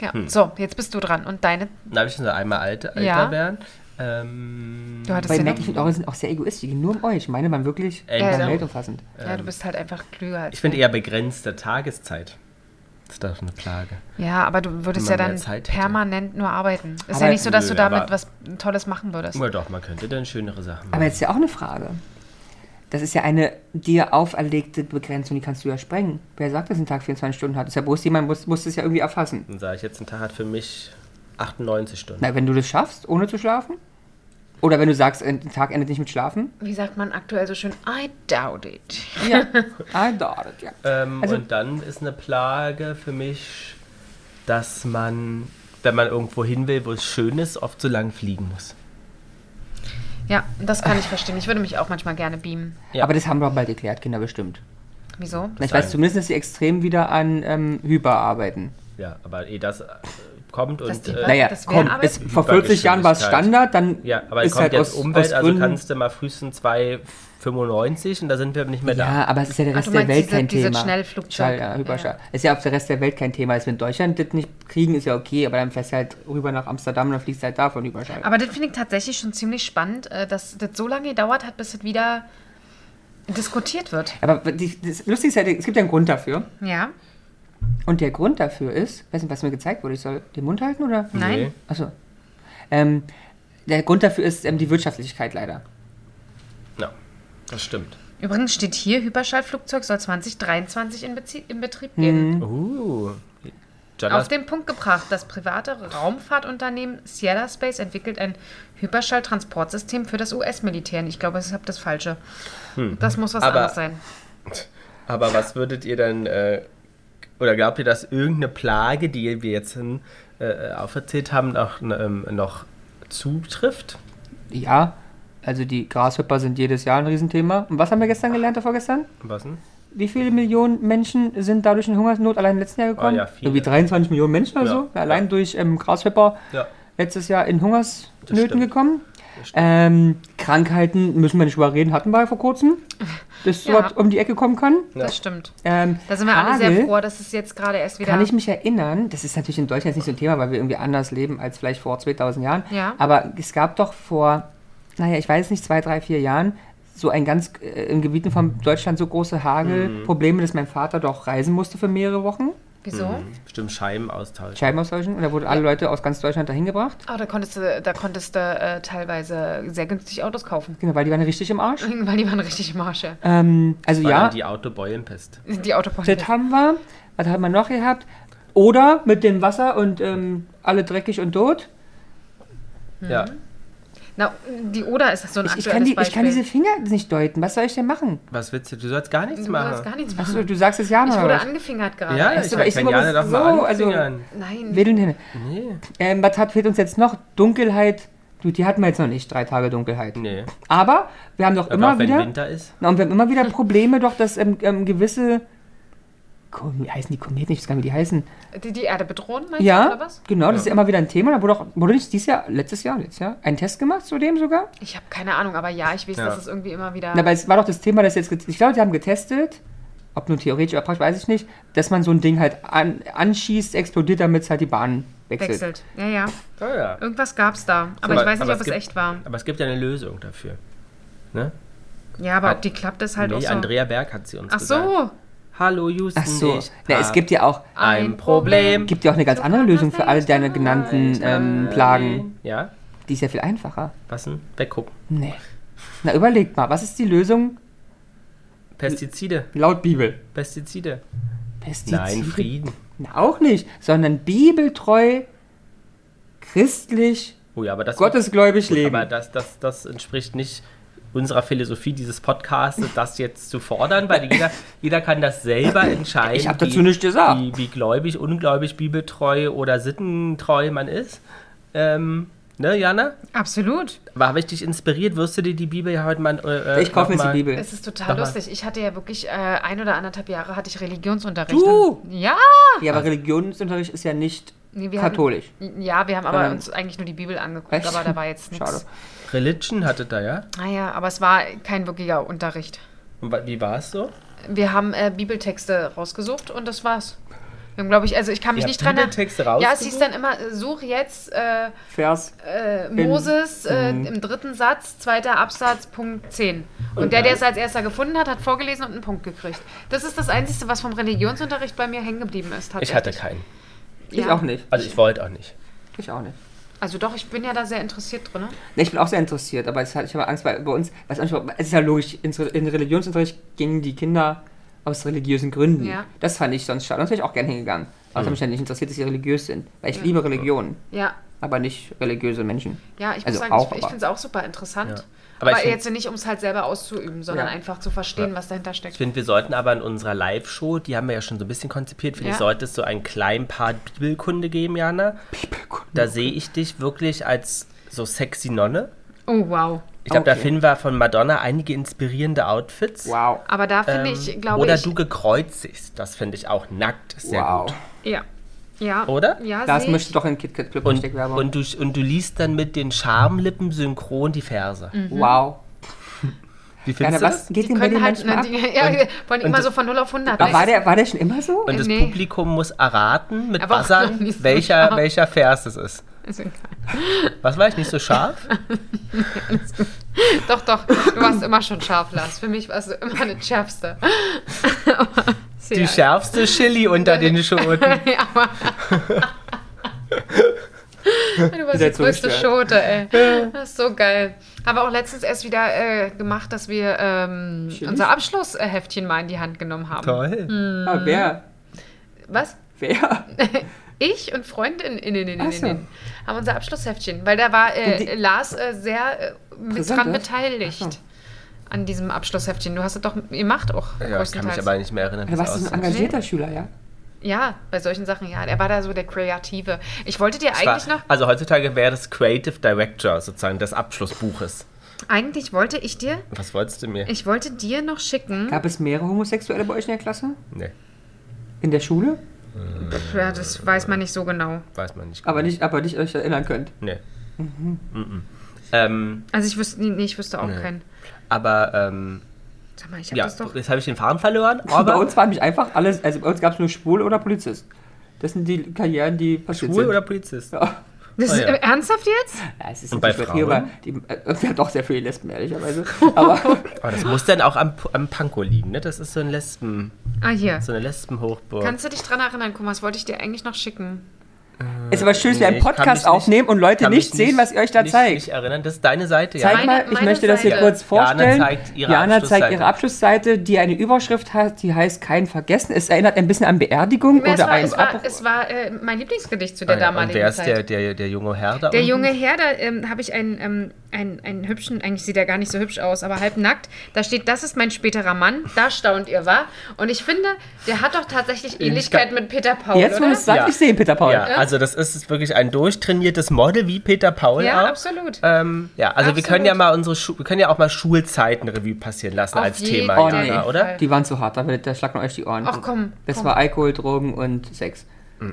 Speaker 1: Ja, so, jetzt bist du dran. Und deine,
Speaker 3: Darf ich schon so einmal alt, älter
Speaker 1: Ja.
Speaker 3: werden? Ähm,
Speaker 1: du hattest
Speaker 2: Bei
Speaker 1: ja
Speaker 2: Mac,
Speaker 1: noch,
Speaker 2: ich finde, eure sind auch sehr egoistisch. Die gehen nur um euch. Ich meine, man wirklich
Speaker 3: Äh,
Speaker 2: ja,
Speaker 1: ja.
Speaker 2: weltumfassend.
Speaker 1: ja, du bist halt einfach klüger als
Speaker 3: Ähm, ich finde
Speaker 1: wir.
Speaker 3: eher begrenzte Tageszeit. Das ist doch eine Plage.
Speaker 1: Ja, aber du würdest
Speaker 3: wenn
Speaker 1: ja
Speaker 3: man
Speaker 1: dann
Speaker 3: mehr Zeit hätte.
Speaker 1: permanent nur arbeiten. Ist
Speaker 2: Aber-
Speaker 1: ja nicht so, dass du
Speaker 3: Nö,
Speaker 1: damit
Speaker 3: aber-
Speaker 1: was Tolles machen würdest.
Speaker 3: Aber doch, man könnte dann schönere Sachen machen.
Speaker 2: Aber jetzt ist ja auch eine Frage. Das ist ja eine dir auferlegte Begrenzung, die kannst du ja sprengen. Wer sagt, dass ein Tag 24 Stunden hat? Das ist ja bloß jemand, muss, muss das ja irgendwie erfassen.
Speaker 3: Dann sage ich jetzt, ein Tag hat für mich 98 Stunden.
Speaker 2: Na, wenn du das schaffst, ohne zu schlafen? Oder wenn du sagst, ein Tag endet nicht mit Schlafen?
Speaker 1: Wie sagt man aktuell so schön? I doubt it.
Speaker 2: Ja. I doubt it, ja.
Speaker 3: Ähm,
Speaker 2: Also-
Speaker 3: und dann ist eine Plage für mich, dass man, wenn man irgendwo hin will, wo es schön ist, oft so lang fliegen muss.
Speaker 1: Ja, das kann ich verstehen. Ich würde mich auch manchmal gerne beamen.
Speaker 3: Ja.
Speaker 2: Aber das haben wir bald geklärt, Kinder, bestimmt.
Speaker 1: Wieso?
Speaker 2: Na, ich weiß
Speaker 3: Sein.
Speaker 2: zumindest, dass sie extrem wieder an ähm, Hyper arbeiten.
Speaker 3: Ja, aber eh das äh, kommt
Speaker 1: Dass
Speaker 3: und
Speaker 1: die
Speaker 3: äh,
Speaker 1: Welt-
Speaker 2: Naja,
Speaker 1: Das wäre
Speaker 2: komm,
Speaker 1: aber-
Speaker 2: es, vor 40 Jahren war es Standard, dann
Speaker 3: ja, aber es
Speaker 2: ist
Speaker 3: kommt
Speaker 2: halt
Speaker 3: jetzt
Speaker 2: aus,
Speaker 3: Umwelt,
Speaker 2: aus
Speaker 3: also
Speaker 2: Gründen,
Speaker 3: kannst du mal frühestens 2,95 und da sind wir nicht mehr da.
Speaker 2: Ja, aber es ist ja der
Speaker 1: Ach,
Speaker 2: Rest
Speaker 1: du
Speaker 2: der
Speaker 1: meinst
Speaker 2: Welt
Speaker 1: diese-
Speaker 2: kein
Speaker 1: diese
Speaker 2: Thema.
Speaker 1: Schnellflugzeug.
Speaker 2: Schall, ja, Hyperschall. Ist ja auf der Rest der Welt kein Thema. Ist, wenn Deutschland das nicht kriegen, ist ja okay, aber dann fährst du halt rüber nach Amsterdam und dann fliegst du halt davon Hyperschall.
Speaker 1: Aber das finde ich tatsächlich schon ziemlich spannend, äh, dass das so lange gedauert hat, bis es wieder diskutiert wird.
Speaker 2: Aber die, das Lustige ist ja, es gibt ja einen Grund dafür.
Speaker 1: Ja?
Speaker 2: Und der Grund dafür ist, weiß nicht, was mir gezeigt wurde, ich soll den Mund halten oder?
Speaker 1: Nein?
Speaker 3: Nee.
Speaker 2: Achso. Ähm, der Grund dafür ist ähm, die Wirtschaftlichkeit leider.
Speaker 3: Ja, das stimmt.
Speaker 1: Übrigens steht hier, Hyperschallflugzeug soll 2023 in, Bezie in
Speaker 2: Hm.
Speaker 1: Betrieb gehen.
Speaker 3: Uh,
Speaker 1: Auf
Speaker 3: Jonas,
Speaker 1: den Punkt gebracht, das private Raumfahrtunternehmen Sierra Space entwickelt ein Hyperschalltransportsystem für das US-Militär. Ich glaube, ich habe das Falsche.
Speaker 2: Hm.
Speaker 1: Das muss was
Speaker 3: Aber-
Speaker 1: anderes sein.
Speaker 3: aber was würdet ihr dann, äh, oder glaubt ihr, dass irgendeine Plage, die wir jetzt hin, äh, äh, aufgezählt haben, auch ähm, noch zutrifft.
Speaker 2: Ja, also die Grashüpper sind jedes Jahr ein Riesenthema. Und was haben wir gestern gelernt, oder vorgestern?
Speaker 3: Was denn?
Speaker 2: Wie viele Millionen Menschen sind dadurch in Hungersnot allein im letzten Jahr gekommen?
Speaker 3: Ah, ja, viele.
Speaker 2: Irgendwie 23 Millionen Menschen oder
Speaker 3: Ja,
Speaker 2: so, allein durch ähm, Grashüpper
Speaker 3: Ja.
Speaker 2: letztes Jahr in
Speaker 3: Das
Speaker 2: Hungersnöten
Speaker 3: stimmt.
Speaker 2: gekommen. Ähm, Krankheiten müssen wir nicht drüber reden, hatten wir ja vor kurzem, dass
Speaker 1: Ja.
Speaker 2: sowas um die Ecke kommen kann.
Speaker 1: Das stimmt.
Speaker 2: Ähm,
Speaker 1: Da sind wir alle
Speaker 2: Hagel-
Speaker 1: sehr froh, dass es jetzt gerade erst wieder.
Speaker 2: kann ich mich erinnern, das ist natürlich in Deutschland jetzt nicht so ein Thema, weil wir irgendwie anders leben als vielleicht vor 2000 Jahren.
Speaker 1: Ja.
Speaker 2: Aber es gab doch vor, naja, ich weiß nicht, zwei, drei, vier Jahren so ein ganz äh, in Gebieten von Deutschland so große Hagelprobleme, dass mein Vater doch reisen musste für mehrere Wochen.
Speaker 1: Wieso?
Speaker 2: Hm.
Speaker 3: Bestimmt Scheibenaustausch.
Speaker 2: Scheiben ausweichen. Und da wurden alle Leute aus ganz Deutschland dahin gebracht.
Speaker 1: Ah, da konntest du, da konntest du äh, teilweise sehr günstig Autos kaufen.
Speaker 2: Genau, weil die waren richtig im Arsch.
Speaker 1: Weil die waren richtig marsche.
Speaker 2: Ähm, also
Speaker 3: War
Speaker 2: ja,
Speaker 3: dann die Autobeulenpest.
Speaker 1: Die Autobahn.
Speaker 2: das haben wir. Was haben wir noch gehabt? Oder mit dem Wasser und ähm, alle dreckig und tot.
Speaker 1: Mhm.
Speaker 3: Ja.
Speaker 1: Na, die Oder ist das so ein
Speaker 2: Ich, ich, kann
Speaker 1: aktuelles
Speaker 2: die, ich kann diese
Speaker 1: Beispiel.
Speaker 2: Finger nicht deuten. Was soll ich denn machen?
Speaker 3: Was willst du? Du sollst gar nichts
Speaker 1: Du
Speaker 3: machen.
Speaker 1: sollst gar nichts
Speaker 2: Achso,
Speaker 1: machen.
Speaker 2: du sagst es ja
Speaker 1: Ich
Speaker 2: noch.
Speaker 1: wurde
Speaker 2: oder was?
Speaker 1: angeingert gerade.
Speaker 3: ja,
Speaker 1: Echt?
Speaker 2: Weißt
Speaker 3: ich
Speaker 2: du, aber
Speaker 3: kann
Speaker 2: ich immer
Speaker 3: gerne
Speaker 2: das
Speaker 3: doch
Speaker 2: so,
Speaker 3: mal
Speaker 2: also-
Speaker 3: anfingern.
Speaker 1: Nein.
Speaker 2: Wedeln hin.
Speaker 3: Nee.
Speaker 2: Ähm, was hat, fehlt uns jetzt noch? Dunkelheit. Du, die hatten wir jetzt noch nicht, drei Tage Dunkelheit.
Speaker 3: Nee.
Speaker 2: Aber wir haben doch
Speaker 3: Aber
Speaker 2: immer
Speaker 3: auch wenn
Speaker 2: wieder,
Speaker 3: Winter ist.
Speaker 2: na, und wir haben immer wieder Probleme, doch, dass ähm, ähm, gewisse, Kom- wie heißen die Kometen, ich weiß gar nicht, wie die heißen.
Speaker 1: Die, die Erde bedrohen, meinst du,
Speaker 2: Ja,
Speaker 1: oder was?
Speaker 2: genau, das ist ja immer wieder ein Thema. Da wurde auch, wurde nicht dieses Jahr, letztes Jahr, letztes Jahr, ein Test gemacht zu dem sogar?
Speaker 1: Ich habe keine Ahnung, aber ja, ich weiß,
Speaker 3: Ja.
Speaker 1: dass es irgendwie immer wieder.
Speaker 2: Na, aber es war doch das Thema, dass jetzt, get- ich glaube, die haben getestet, ob nun theoretisch oder praktisch, weiß ich nicht, dass man so ein Ding halt an, anschießt, explodiert, damit es halt die Bahn wechselt.
Speaker 1: wechselt. Ja, ja.
Speaker 3: Ah, ja.
Speaker 1: Irgendwas gab's da. Aber, ich weiß nicht, ob es
Speaker 3: gibt,
Speaker 1: echt war.
Speaker 3: Aber es gibt ja eine Lösung dafür. Ne?
Speaker 1: Ja, aber
Speaker 3: Hat-
Speaker 1: ob die klappt, ist halt
Speaker 3: nee,
Speaker 1: auch so.
Speaker 3: Andrea Berg hat sie uns
Speaker 1: Ach
Speaker 3: gesagt.
Speaker 1: so.
Speaker 3: Hallo Houston,
Speaker 2: Ach so,
Speaker 3: ich
Speaker 2: na, es
Speaker 3: hab
Speaker 2: gibt ja auch,
Speaker 3: ein Problem.
Speaker 2: gibt ja auch eine ganz andere Lösung für alle deine genannten ähm, Plagen.
Speaker 3: Ja,
Speaker 2: Die ist ja viel einfacher.
Speaker 3: was denn? Weggucken.
Speaker 2: Nee. Na, überlegt mal, was ist die Lösung
Speaker 3: Pestizide,
Speaker 2: laut Bibel?
Speaker 3: Pestizide.
Speaker 2: Pestizide.
Speaker 3: Nein, Frieden.
Speaker 2: Na, auch nicht, sondern bibeltreu, christlich,
Speaker 3: Oh ja, aber das
Speaker 2: gottesgläubig
Speaker 3: Gut,
Speaker 2: leben.
Speaker 3: Aber das, das, das entspricht nicht unserer Philosophie dieses Podcasts, das jetzt zu fordern, weil jeder, jeder kann das selber entscheiden.
Speaker 2: Ich hab dazu nichts gesagt.
Speaker 3: Wie, wie gläubig, ungläubig, bibeltreu oder sittentreu man ist. Ähm, ne, Jana?
Speaker 1: Absolut.
Speaker 3: Aber habe ich dich inspiriert? Wirst du dir die Bibel ja heute mal... Äh,
Speaker 2: Ich kaufe mir jetzt
Speaker 3: noch
Speaker 2: die
Speaker 3: mal-
Speaker 2: Bibel.
Speaker 1: Es ist total
Speaker 3: Sag mal.
Speaker 1: lustig. Ich hatte ja wirklich äh, ein oder anderthalb Jahre hatte ich Religionsunterricht.
Speaker 2: Du?
Speaker 1: Und- Ja.
Speaker 2: Ja, aber Religionsunterricht ist ja nicht
Speaker 1: Ah. Nee, wir
Speaker 2: katholisch.
Speaker 1: Hatten, ja, wir haben aber
Speaker 2: Sondern-
Speaker 1: uns eigentlich nur die Bibel angeguckt,
Speaker 2: Echt?
Speaker 1: aber da war jetzt nichts.
Speaker 2: Schade.
Speaker 3: Religion hatte da, ja?
Speaker 1: Naja, Ah aber es war kein wirklicher Unterricht.
Speaker 3: Und wa- wie war es so?
Speaker 1: Wir haben äh, Bibeltexte rausgesucht und das war's. Wir haben, glaube ich, also ich kann mich
Speaker 3: Ihr
Speaker 1: nicht
Speaker 3: habt
Speaker 1: dran er-
Speaker 3: Bibeltexte
Speaker 1: Ja, es hieß
Speaker 3: rausgesucht?
Speaker 1: dann immer, äh, such jetzt äh,
Speaker 2: Vers.
Speaker 1: äh, Moses äh,
Speaker 3: mhm.
Speaker 1: im dritten Satz, zweiter Absatz, Punkt 10. Und der, der es als erster gefunden hat, hat vorgelesen und einen Punkt gekriegt. Das ist das Einzige, was vom Religionsunterricht bei mir hängen geblieben ist.
Speaker 3: Ich hatte keinen.
Speaker 1: ja.
Speaker 2: Ich auch nicht.
Speaker 3: Also ich wollte auch nicht.
Speaker 2: Ich auch nicht.
Speaker 1: Also doch, ich bin ja da sehr interessiert drin.
Speaker 2: Ne, ich bin auch sehr interessiert, aber es hat, ich habe Angst, weil bei uns, weiß auch nicht, warum- es ist ja logisch, in, in Religionsunterricht gingen die Kinder aus religiösen Gründen.
Speaker 1: Ja.
Speaker 2: Das fand ich sonst schade. Sonst wäre ich auch gern hingegangen. Aber
Speaker 3: Hm.
Speaker 2: es hat mich dann nicht interessiert, dass sie religiös sind. Weil ich liebe Religion,
Speaker 1: Ja.
Speaker 2: aber nicht religiöse Menschen.
Speaker 1: Ja, ich muss
Speaker 2: Also
Speaker 1: sagen,
Speaker 2: auch,
Speaker 1: ich, ich
Speaker 2: aber-
Speaker 1: finde es auch super interessant.
Speaker 3: Ja.
Speaker 1: Aber,
Speaker 3: Aber ich find-
Speaker 1: jetzt nicht, um es halt selber auszuüben, sondern
Speaker 2: Ja.
Speaker 1: einfach zu verstehen, was dahinter steckt.
Speaker 3: Ich finde, wir sollten aber in unserer Live-Show, die haben wir ja schon so ein bisschen konzipiert, finde
Speaker 1: Ja.
Speaker 3: ich, sollte es so einen kleinen Part Bibelkunde geben, Jana. Da sehe ich dich wirklich als so sexy Nonne.
Speaker 1: Oh, wow.
Speaker 3: Ich glaube, da
Speaker 2: Okay.
Speaker 3: finden wir von Madonna einige inspirierende Outfits.
Speaker 2: Wow.
Speaker 1: Aber da finde
Speaker 3: Ähm,
Speaker 1: ich, glaube
Speaker 3: oder
Speaker 1: ich.
Speaker 3: du gekreuzigst. Das finde ich auch nackt ist sehr
Speaker 2: wow.
Speaker 3: gut.
Speaker 1: ja. Ja.
Speaker 3: Oder?
Speaker 1: Ja,
Speaker 2: Das
Speaker 1: seh Also
Speaker 2: möchte
Speaker 1: ich.
Speaker 2: doch in KitKat Club
Speaker 3: Und,
Speaker 2: Versteckwerbung.
Speaker 3: und, du, und du liest dann mit den Schamlippen synchron die Verse.
Speaker 1: Mhm.
Speaker 2: Wow.
Speaker 3: Wie
Speaker 2: Jana,
Speaker 3: findest du
Speaker 2: was
Speaker 3: das?
Speaker 2: geht
Speaker 1: Die
Speaker 2: denn bei
Speaker 1: können
Speaker 2: den
Speaker 1: halt,
Speaker 2: Menschen
Speaker 1: ne,
Speaker 2: ab?
Speaker 1: die, ja,
Speaker 3: Und-
Speaker 1: von
Speaker 3: und-
Speaker 1: immer so von 0 auf 100.
Speaker 2: Aber
Speaker 1: ne?
Speaker 2: war der, war der schon immer so?
Speaker 3: Und das
Speaker 1: Nee.
Speaker 3: Publikum muss erraten mit
Speaker 1: Aber auch
Speaker 3: Wassern,
Speaker 1: nicht so
Speaker 3: welcher,
Speaker 1: scharf.
Speaker 3: welcher Vers es ist.
Speaker 1: Ist egal.
Speaker 3: Was war ich nicht so scharf?
Speaker 1: Doch, doch, du warst immer schon scharf, Lars. Für mich warst du immer eine schärfste. Aber-
Speaker 3: Die schärfste Chili unter den Schoten.
Speaker 1: Ja, aber. Du warst
Speaker 2: Ihr
Speaker 1: die
Speaker 2: seid so
Speaker 1: größte
Speaker 2: gestört.
Speaker 1: Schote, ey. Das ist so geil. Haben wir auch letztens erst wieder äh, gemacht, dass wir ähm,
Speaker 2: Chilis?
Speaker 1: unser Abschlussheftchen mal in die Hand genommen haben.
Speaker 3: Toll.
Speaker 2: Ah, wer?
Speaker 1: Was?
Speaker 2: Wer?
Speaker 1: Ich und Freundin innen, innen,
Speaker 2: Ach so.
Speaker 1: innen, haben unser Abschlussheftchen, weil da war äh,
Speaker 2: Und die-
Speaker 1: Lars äh, sehr äh, mit
Speaker 2: Präsent,
Speaker 1: dran
Speaker 2: oder?
Speaker 1: beteiligt
Speaker 2: Ach so.
Speaker 1: an diesem Abschlussheftchen. Du hast es doch gemacht auch
Speaker 3: Ja, ich kann mich aber nicht mehr erinnern. wie
Speaker 2: Du
Speaker 3: es
Speaker 2: warst du so ein
Speaker 3: aussieht.
Speaker 2: engagierter Schüler, ja?
Speaker 1: Ja, bei solchen Sachen, ja. Er war da so der Kreative. Ich wollte dir
Speaker 3: Es war-
Speaker 1: eigentlich noch.
Speaker 3: Also heutzutage wäre das Creative Director sozusagen des Abschlussbuches.
Speaker 1: Eigentlich wollte ich dir.
Speaker 3: Was wolltest du mir?
Speaker 1: Ich wollte dir noch schicken.
Speaker 2: Gab es mehrere Homosexuelle bei euch in der Klasse?
Speaker 3: nee,
Speaker 2: In der Schule?
Speaker 1: Pff, ja, das weiß man nicht so genau.
Speaker 3: weiß man nicht.
Speaker 2: Aber nicht, aber nicht euch erinnern könnt.
Speaker 3: Nee. Mhm. Ähm,
Speaker 1: Also ich wüsste, nee, ich wüsste auch keinen.
Speaker 3: aber ähm,
Speaker 1: Sag mal, ich hab
Speaker 3: ja,
Speaker 1: das doch.
Speaker 3: jetzt habe ich den Faden verloren.
Speaker 2: bei
Speaker 3: Aber
Speaker 2: uns waren mich einfach alles, also bei uns gab es nur Schwul oder Polizist. Das sind die Karrieren, die passiert
Speaker 3: Schwul
Speaker 2: sind.
Speaker 3: oder Polizist?
Speaker 2: Ja.
Speaker 1: Das
Speaker 3: Ah,
Speaker 1: ist,
Speaker 3: ja.
Speaker 1: äh, Ernsthaft jetzt?
Speaker 2: Ja, es ist
Speaker 3: Und bei
Speaker 2: natürlich schwer,
Speaker 3: Frauen?
Speaker 2: aber Die, äh, wir haben doch sehr viele Lesben, ehrlicherweise. Aber
Speaker 3: Aber das muss dann auch am, am Panko liegen, ne? Das ist so ein Lesben,
Speaker 1: Ah, hier.
Speaker 3: so eine Lesbenhochburg.
Speaker 1: Kannst du dich dran erinnern, guck mal, was wollte ich dir eigentlich noch schicken?
Speaker 2: es ist aber schön, dass wir einen
Speaker 3: Nee, ich kann
Speaker 2: Podcast
Speaker 3: mich nicht-
Speaker 2: aufnehmen und Leute
Speaker 3: Kann mich
Speaker 2: nicht sehen, was ihr euch da
Speaker 3: nicht,
Speaker 2: zeigt.
Speaker 3: Nicht erinnern, das ist deine Seite, ja.
Speaker 1: Meine-
Speaker 2: Zeig mal, ich
Speaker 1: meine
Speaker 2: möchte das hier
Speaker 1: Seite.
Speaker 2: kurz
Speaker 3: Jana
Speaker 2: vorstellen.
Speaker 3: zeigt ihre
Speaker 2: Jana zeigt
Speaker 3: Abschlussseite.
Speaker 2: ihre Abschlussseite, die eine Überschrift hat, die heißt Kein Vergessen. Es erinnert ein bisschen an Beerdigung
Speaker 1: Ja, es
Speaker 2: oder
Speaker 1: war,
Speaker 2: einen
Speaker 1: es war,
Speaker 2: Abbruch.
Speaker 1: es war äh, mein Lieblingsgedicht zu
Speaker 3: Ah
Speaker 1: der
Speaker 3: ja,
Speaker 1: damaligen
Speaker 3: Und wer ist
Speaker 1: Zeit.
Speaker 3: der, der, der junge Herr da
Speaker 1: Der
Speaker 3: unten?
Speaker 1: junge Herr, da ähm, habe ich einen, ähm, einen, einen hübschen, eigentlich sieht er gar nicht so hübsch aus, aber halbnackt. Da steht, das ist mein späterer Mann, da staunt ihr, wa? Und ich finde, der hat doch tatsächlich Ähnlichkeit mit Peter Paul,
Speaker 2: Jetzt, wo
Speaker 1: oder?
Speaker 2: du es sagst,
Speaker 3: Ja.
Speaker 2: ich sehe Peter Paul.
Speaker 3: Ja, also das ist wirklich ein durchtrainiertes Model wie Peter Paul
Speaker 1: Ja,
Speaker 3: auch.
Speaker 1: absolut.
Speaker 3: Ähm, ja, also wir
Speaker 1: Absolut.
Speaker 3: können ja mal unsere Schu wir können ja auch mal Schulzeiten Revue passieren lassen
Speaker 1: Auf
Speaker 3: als
Speaker 1: jeden
Speaker 3: Thema,
Speaker 2: Oh
Speaker 1: Fall.
Speaker 2: nee,
Speaker 3: Jana, oder?
Speaker 2: die waren zu hart, da, da schlagen euch die Ohren.
Speaker 1: Ach, komm,
Speaker 2: Das
Speaker 1: komm.
Speaker 2: war Alkohol, Drogen und Sex.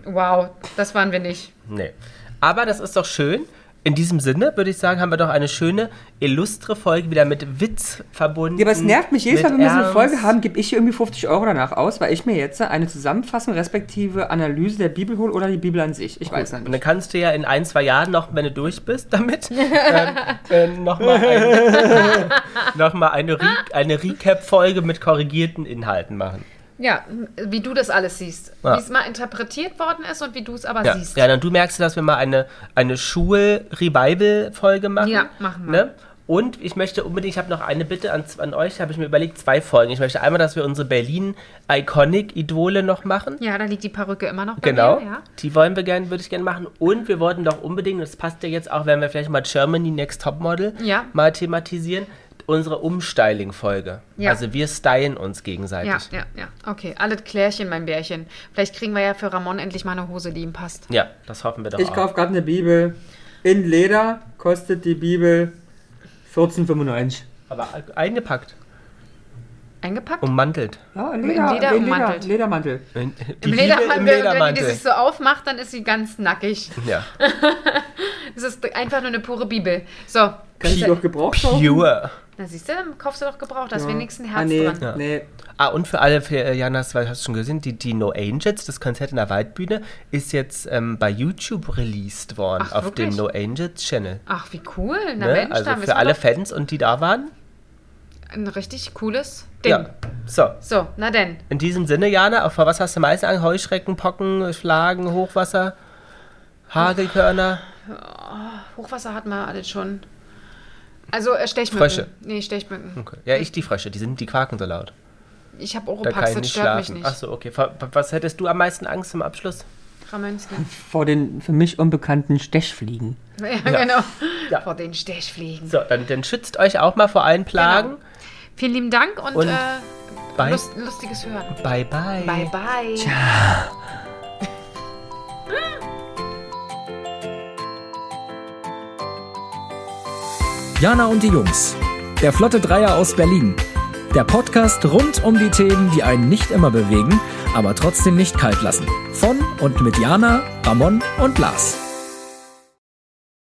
Speaker 1: Wow, das waren wir nicht.
Speaker 3: Nee. Aber das ist doch schön. In diesem Sinne würde ich sagen, haben wir doch eine schöne, illustre Folge wieder mit Witz verbunden.
Speaker 2: Ja, aber es nervt mich jedes Mal,
Speaker 3: mit
Speaker 2: wenn wir so eine
Speaker 3: Ernst.
Speaker 2: Folge haben, gebe ich hier irgendwie 50 Euro danach aus, weil ich mir jetzt eine Zusammenfassung respektive Analyse der Bibel hole oder die Bibel an sich. Ich weiß noch
Speaker 3: Und dann
Speaker 2: nicht.
Speaker 3: kannst du ja in ein, zwei Jahren noch, wenn du durch bist damit, ähm, ähm, nochmal ein, noch mal eine, Re eine Recap-Folge mit korrigierten Inhalten machen.
Speaker 1: Ja, wie du das alles siehst.
Speaker 3: Ja.
Speaker 1: Wie es mal interpretiert worden ist und wie du es aber
Speaker 3: Ja,
Speaker 1: siehst.
Speaker 3: ja dann du merkst, dass wir mal eine, eine Schul-Revival-Folge machen.
Speaker 1: Ja, machen wir.
Speaker 3: Ne? Und ich möchte unbedingt, ich habe noch eine Bitte an, an euch, habe ich mir überlegt, zwei Folgen. Ich möchte einmal, dass wir unsere Berlin-Iconic-Idole noch machen.
Speaker 1: Ja, da liegt die Perücke immer noch bei
Speaker 3: Genau,
Speaker 1: mir. Ja.
Speaker 3: die wollen wir gerne, würde ich gerne machen. Und wir wollten doch unbedingt, und das passt ja jetzt auch, wenn wir vielleicht mal Germany Next Topmodel
Speaker 1: Ja.
Speaker 3: mal thematisieren, unsere Umstyling-Folge.
Speaker 1: Ja.
Speaker 3: Also wir stylen uns
Speaker 1: Ja,
Speaker 3: gegenseitig.
Speaker 1: ja, ja. Okay, alles Klärchen, mein Bärchen. Vielleicht kriegen wir ja für Ramon endlich mal eine Hose, die ihm passt.
Speaker 3: Ja, das hoffen wir doch
Speaker 2: Ich
Speaker 3: auch.
Speaker 2: kaufe gerade eine Bibel. In Leder kostet die Bibel 14,95.
Speaker 3: Aber eingepackt,
Speaker 1: Eingepackt?
Speaker 3: ummantelt.
Speaker 2: Ja, in
Speaker 1: Leder ummantelt.
Speaker 2: Ledermantel. Ledermantel.
Speaker 3: In- die
Speaker 1: Im
Speaker 3: Bibel
Speaker 1: Ledermantel.
Speaker 3: Im
Speaker 1: Und wenn die
Speaker 3: Ledermantel.
Speaker 1: die sich so aufmacht, dann ist sie ganz nackig.
Speaker 3: Ja.
Speaker 1: Es ist einfach nur eine pure Bibel. So,
Speaker 2: Kann ich die auch gebraucht kaufen?
Speaker 3: Pure.
Speaker 1: na siehst du, dann kaufst du doch gebraucht, da ist wenigstens ein Herz
Speaker 2: ah, nee,
Speaker 1: dran.
Speaker 3: Ja.
Speaker 2: nee.
Speaker 3: Ah, und für alle, für äh, Janas, weil hast du schon gesehen, die, die No Angels, das Konzert in der Waldbühne, ist jetzt ähm, bei YouTube released worden,
Speaker 1: Ach,
Speaker 3: auf dem
Speaker 1: wirklich?
Speaker 3: No Angels Channel.
Speaker 1: Ach, wie cool. Na
Speaker 3: ne?
Speaker 1: Mensch,
Speaker 3: also
Speaker 1: dann
Speaker 3: für alle
Speaker 1: wir
Speaker 3: Fans und die da waren.
Speaker 1: doch ein richtig cooles Ding.
Speaker 3: Ja. So,
Speaker 1: So, na denn.
Speaker 3: in diesem Sinne, Jana, auf was hast du am meisten Angst? Heuschrecken, Pocken, Schlagen, Hochwasser, Hagelkörner?
Speaker 1: Hochwasser hatten wir alles schon. Also äh, Stechmücken.
Speaker 3: Frösche.
Speaker 1: Nee, Stechmücken.
Speaker 3: Okay. Ja, ich die Frösche, die sind, die quaken so laut.
Speaker 1: Ich habe
Speaker 3: Da
Speaker 1: Oropax,
Speaker 3: kann ich
Speaker 1: Oh, das
Speaker 3: nicht
Speaker 1: stört mich
Speaker 3: schlafen.
Speaker 1: nicht.
Speaker 3: Achso, okay. Vor- Was hättest du am meisten Angst zum Abschluss?
Speaker 1: Ramonski.
Speaker 2: Vor den für mich unbekannten Stechfliegen.
Speaker 1: Ja, genau.
Speaker 3: Ja.
Speaker 1: Vor den Stechfliegen.
Speaker 3: So, dann, dann schützt euch auch mal vor allen Plagen.
Speaker 1: Vielen lieben Dank und,
Speaker 3: Und
Speaker 1: äh,
Speaker 3: Bye,
Speaker 1: lust, lustiges Hören.
Speaker 3: bye, bye.
Speaker 1: Bye, bye.
Speaker 4: Jana und die Jungs. Der Flotte Dreier aus Berlin. Der Podcast rund um die Themen, die einen nicht immer bewegen, aber trotzdem nicht kalt lassen. Von und mit Jana, Ramon und Lars.